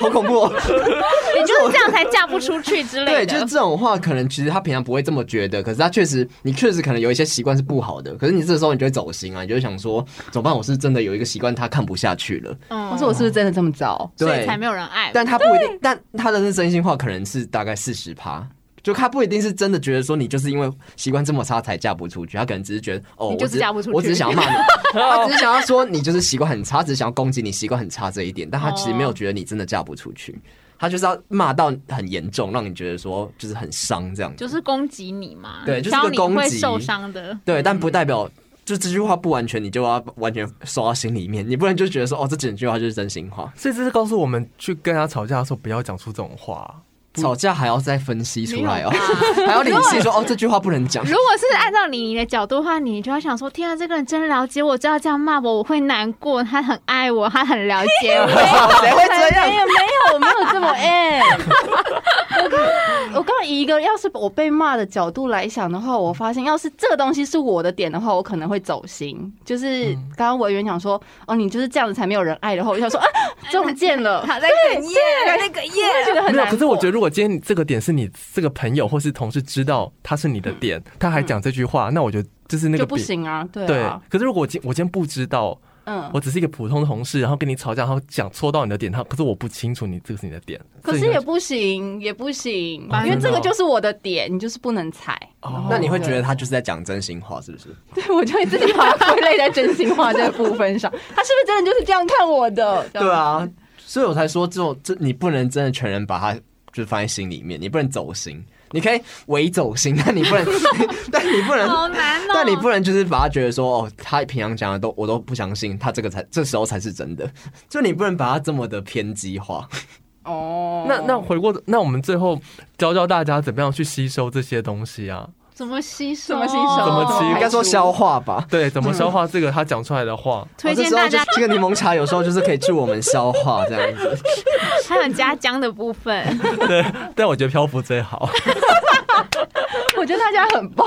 Speaker 1: 好恐怖、哦。
Speaker 2: 你就是这样才嫁不出去之类
Speaker 1: 对，就是
Speaker 2: 的。
Speaker 1: 这种话，可能其实他平常不会这么觉得，可是他确实，你确实可能有一些习惯是不好的，可是你这时候你就会走心啊，你就会想说，怎么办？我是真的有一个习惯，他看不下去了。
Speaker 2: 嗯
Speaker 3: 我说我是不是真的这么糟？
Speaker 2: 所以
Speaker 1: 对，
Speaker 2: 才没有人爱我。
Speaker 1: 但他不一定，但他的是真心话，可能是大概四十趴。就他不一定是真的觉得说你就是因为习惯这么差才嫁不出去，他可能只是觉得哦，我
Speaker 2: 你就是
Speaker 1: 只
Speaker 2: 嫁不出去
Speaker 1: 我只是想 要骂你，他只是想要说你就是习惯很差，只是想要攻击你习惯很差这一点，
Speaker 2: 哦
Speaker 1: 但他其实没有觉得你真的嫁不出去，他就是要骂到很严重，让你觉得说就是很伤这样子。
Speaker 2: 就是攻击你嘛，
Speaker 1: 对就是
Speaker 2: 挑
Speaker 1: 个
Speaker 2: 你
Speaker 1: 攻
Speaker 2: 会
Speaker 1: 击
Speaker 2: 受伤的。
Speaker 1: 对，但不代表就这句话不完全，你就要完全收到心里面，你不能就觉得说哦，这整句话就是真心话。
Speaker 4: 所以这是告诉我们，去跟他吵架的时候不要讲出这种话。
Speaker 1: 吵架还要再分析出来哦
Speaker 2: 没有吧，
Speaker 1: 还要理性说哦，这句话不能讲
Speaker 2: 如。果是按照你你的角度的话，你就要想说：天啊，这个人真了解我，知道这样骂我，我会难过。他很爱我，他很了解 我。
Speaker 1: 谁会这样？
Speaker 3: 没有没有，我没 有这么哎、我我刚刚以一个要是我被骂的角度来想的话，我发现要是这个东西是我的点的话，我可能会走心。就是
Speaker 4: 嗯
Speaker 3: 刚刚委员讲说，哦，你就是这样子才没有人爱的话，我就 想说啊，中箭了，
Speaker 2: 他在哽咽，他在哽咽。
Speaker 3: 我就觉得很
Speaker 4: 没有，
Speaker 3: 难过。
Speaker 4: 可是我觉得如果今天这个点是你这个朋友或是同事知道他是你的点，他还讲这句话，那我觉得就是那个
Speaker 3: 嗯就不
Speaker 4: 比。
Speaker 3: 行啊，对
Speaker 4: 对
Speaker 3: 啊，，
Speaker 4: 可是如果我今我今天不知道，
Speaker 3: 嗯。
Speaker 4: 我只是一个普通同事，然后跟你吵架，然后讲戳到你的点，他可是我不清楚你这个是你的点。
Speaker 3: 可
Speaker 4: 这
Speaker 3: 是
Speaker 4: 应该
Speaker 3: 也不行，也不行
Speaker 4: 哦，
Speaker 3: 因为
Speaker 4: 真的
Speaker 3: 这个
Speaker 4: 哦
Speaker 3: 就是我的点，你就是不能踩。
Speaker 4: 哦
Speaker 1: 那你会觉得他就是在讲真心话，是不是？
Speaker 3: 对，我就会自己把它归类在真心话这部分上。他是不是真的就是这样看我的？这样
Speaker 1: 对啊，所以我才说这种这你不能真的全然把它就是放在心里面，你不能走心，你可以伪走心，但你不 能， 但你不能。
Speaker 2: 好难哦！
Speaker 1: 但你不能就是把他觉得说哦，他平常讲的都我都不相信，他这个才这时候才是真的。就你不能把他这么的偏激化。
Speaker 3: 哦，
Speaker 4: 那那回过，那我们最后教教大家怎么样去吸收这些东西啊？
Speaker 2: 怎么吸收？
Speaker 3: 怎么吸收
Speaker 4: 怎么吸
Speaker 1: 应该说消化吧。
Speaker 4: 对，
Speaker 3: 嗯
Speaker 4: 怎么消化这个他讲出来的 话？
Speaker 2: 推
Speaker 1: 哦这
Speaker 2: 荐
Speaker 1: 时候
Speaker 2: 大
Speaker 1: 就
Speaker 2: 家
Speaker 1: 这个柠檬茶有时候就是可以助我们消化这样子。
Speaker 2: 还有加姜的部 分，
Speaker 4: 但我觉得漂浮最好。
Speaker 3: 我觉得大家很棒。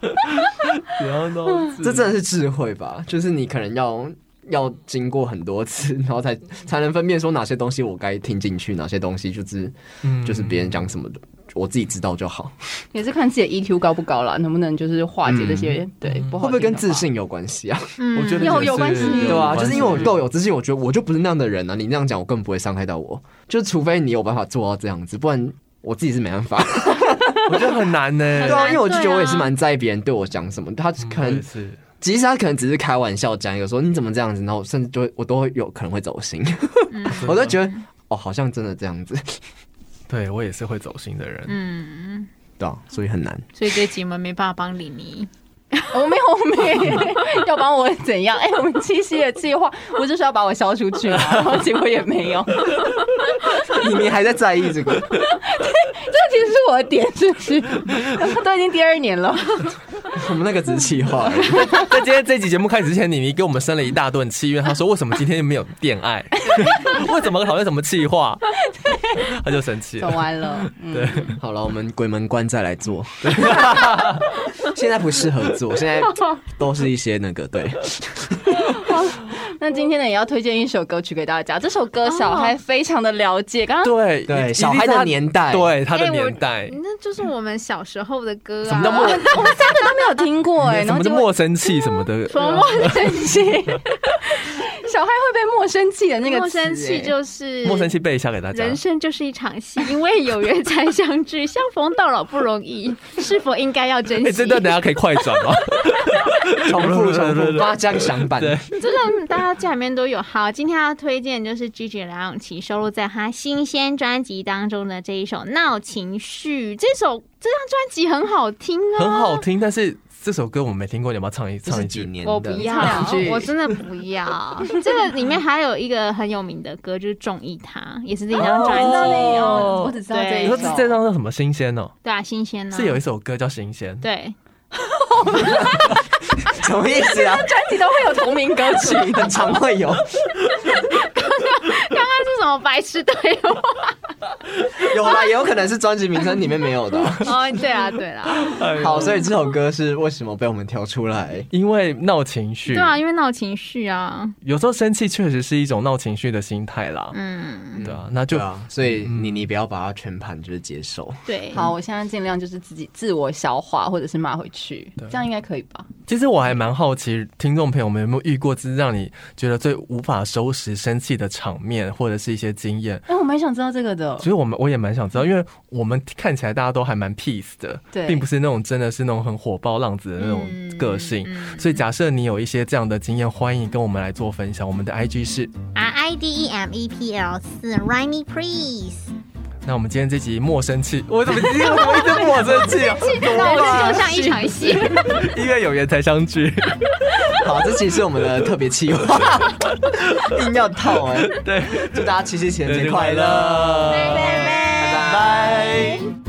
Speaker 4: 不要 闹
Speaker 1: 这真的是智慧吧？就是你可能要要经过很多次，然后才才能分辨说哪些东西我该听进去，哪些东西就是
Speaker 4: 嗯
Speaker 1: 就是别人讲什么的，我自己知道就好。
Speaker 3: 也是看自己的 EQ 高不高啦，能不能就是化解这
Speaker 4: 嗯
Speaker 3: 些、对不
Speaker 1: 会
Speaker 3: 好
Speaker 1: 不会跟
Speaker 3: 听的
Speaker 1: 自
Speaker 3: 话？
Speaker 1: 信有关系啊？
Speaker 2: 嗯，
Speaker 4: 我觉得
Speaker 3: 有
Speaker 4: 也
Speaker 3: 有
Speaker 4: 是
Speaker 3: 关系哦
Speaker 1: 对啊，就是因为我
Speaker 4: 有关系
Speaker 1: 够有自信，我觉得我就不是那样的人啊。你那样讲，我更不会伤害到我。就是除非你有办法做到这样子，不然。我自己是没办法，
Speaker 4: 我觉得很难呢、
Speaker 1: 对
Speaker 2: 难
Speaker 1: 啊，因为我就觉得我也是
Speaker 2: 对啊
Speaker 1: 蛮在意别人对我讲什么，他可
Speaker 4: 嗯我
Speaker 1: 能
Speaker 4: 也是
Speaker 1: 即使他可能只是开玩笑讲，有时候你怎么这样子，然后甚至就会我都会有可能会走心，
Speaker 4: 啊
Speaker 1: 我都觉得哦，好像真的这样子，
Speaker 4: 嗯对我也是会走心的人。
Speaker 2: 嗯，
Speaker 1: 对啊，所以很难。
Speaker 2: 所以这集我们没办法帮李妮，
Speaker 3: 我哦没有，我没有 要帮我怎样？哎、我们七夕的计划，我就是要把我消出 去、啊，然后结果也没有。这
Speaker 1: 你你还在在意这个？
Speaker 3: 其实是我的点，是 不是？都已经第二年了，
Speaker 1: 我们那个只是气话而已。
Speaker 4: 在今天这期节目开始之前，妮妮给我们生了一大顿气，因为她说为什么今天没有恋 爱，为什么讨论什么气话，她就生气
Speaker 3: 走
Speaker 2: 啊
Speaker 4: 了。
Speaker 3: 完了。嗯，
Speaker 4: 对，
Speaker 1: 好了，我们鬼门关再来 做。现在不适合做，现在都是一些那个对。
Speaker 3: 那今天呢，也要推荐一首歌曲给大家。这首歌小孩非常的了解，刚刚
Speaker 4: 哦对
Speaker 1: 对小孩的年代
Speaker 4: 对他的
Speaker 2: 哎我
Speaker 4: 年代，
Speaker 2: 那就是我们小时候的歌啊。
Speaker 4: 什么叫
Speaker 3: 我
Speaker 4: 莫
Speaker 3: 们 我们三个都没有听过哎、
Speaker 4: 什
Speaker 3: 然后
Speaker 4: 么
Speaker 3: 结
Speaker 4: 叫
Speaker 3: 果
Speaker 4: 莫生气什么的，
Speaker 3: 什么莫生气？小孩会被莫生气的那个
Speaker 2: 莫
Speaker 3: 词
Speaker 2: 生气
Speaker 3: 欸
Speaker 2: 就是
Speaker 4: 莫生气背一下给大家
Speaker 2: 人。生就是一场戏，因为有缘才相 聚，相逢到老不容易，是否应该要珍惜？
Speaker 4: 哎，这段等下可以快转 吗？
Speaker 1: 重复重
Speaker 4: 对对
Speaker 1: 复，
Speaker 4: 对
Speaker 1: 帮他加个响板。
Speaker 4: 对
Speaker 2: 这个大家家里面都有。好，今天要推荐就是 Gigi 梁咏琪收录在她新鲜专辑当中的这一首《闹情绪》。这首这张专辑很好听啊，
Speaker 4: 很好听，但是这首歌我们没听过，你要不要唱一
Speaker 1: 这
Speaker 4: 唱
Speaker 1: 是
Speaker 4: 一
Speaker 1: 几
Speaker 4: 句？
Speaker 1: 年
Speaker 2: 我不
Speaker 1: 的？
Speaker 2: 要
Speaker 3: 唱两句，
Speaker 2: 我真的不 要。这个里面还有一个很有名的歌，就是《中意他》，也是这张专
Speaker 3: 我知道
Speaker 2: 辑，
Speaker 3: 那哦，我只知道这
Speaker 4: 你
Speaker 3: 一
Speaker 4: 说
Speaker 3: 首。
Speaker 4: 这这张是什么新鲜哦？
Speaker 2: 对啊，新鲜呢、
Speaker 4: 是有一首歌叫《新鲜》，
Speaker 2: 对，
Speaker 1: 什么意思啊？
Speaker 3: 专辑都会有同名歌曲。
Speaker 1: 很常会 有，
Speaker 2: 刚刚是什么白痴对话？
Speaker 1: 有啦，也有可能是专辑名称里面没有的。
Speaker 2: 哦，对啊，对啦，
Speaker 4: 哎呦
Speaker 1: 好，所以这首歌是为什么被我们挑出来？
Speaker 4: 因为闹情绪
Speaker 2: 对，啊，因为闹情绪啊，
Speaker 4: 有时候生气确实是一种闹情绪的心态啦。
Speaker 2: 嗯，
Speaker 4: 对啊，那就
Speaker 1: 对啊，所以你你不要把它全盘就是接受。
Speaker 2: 对，
Speaker 3: 好，我现在尽量就是自己自我消化，或者是骂回去，
Speaker 4: 对
Speaker 3: 这样应该可以吧？
Speaker 4: 其实我还蛮好奇，听众朋友们有没有遇过，就是让你觉得最无法收拾生气的场面，或者是一些经验。
Speaker 3: 哎、我蛮想知道这个的
Speaker 4: 其。实我们我也蛮想知道，因为我们看起来大家都还蛮 peace 的，
Speaker 3: 对
Speaker 4: 并不是那种真的是那种很火爆浪子的那种个性。所以假设你有一些这样的经验，欢迎跟我们来做分享。我们的 IG 是，
Speaker 7: R I D E M E P L 四 Rhyme Me Please。
Speaker 4: 那我们今天这集莫生气，我 怎么今 天我怎么一直莫生气啊？
Speaker 2: 那就像一场戏。
Speaker 4: 因为有缘才相聚。
Speaker 1: 好，这其实是我们的特别企划， 硬要套哎、
Speaker 4: 对，
Speaker 1: 祝大家七夕情人
Speaker 4: 生
Speaker 1: 节
Speaker 4: 日
Speaker 1: 快乐，
Speaker 4: 乐，
Speaker 1: 拜拜。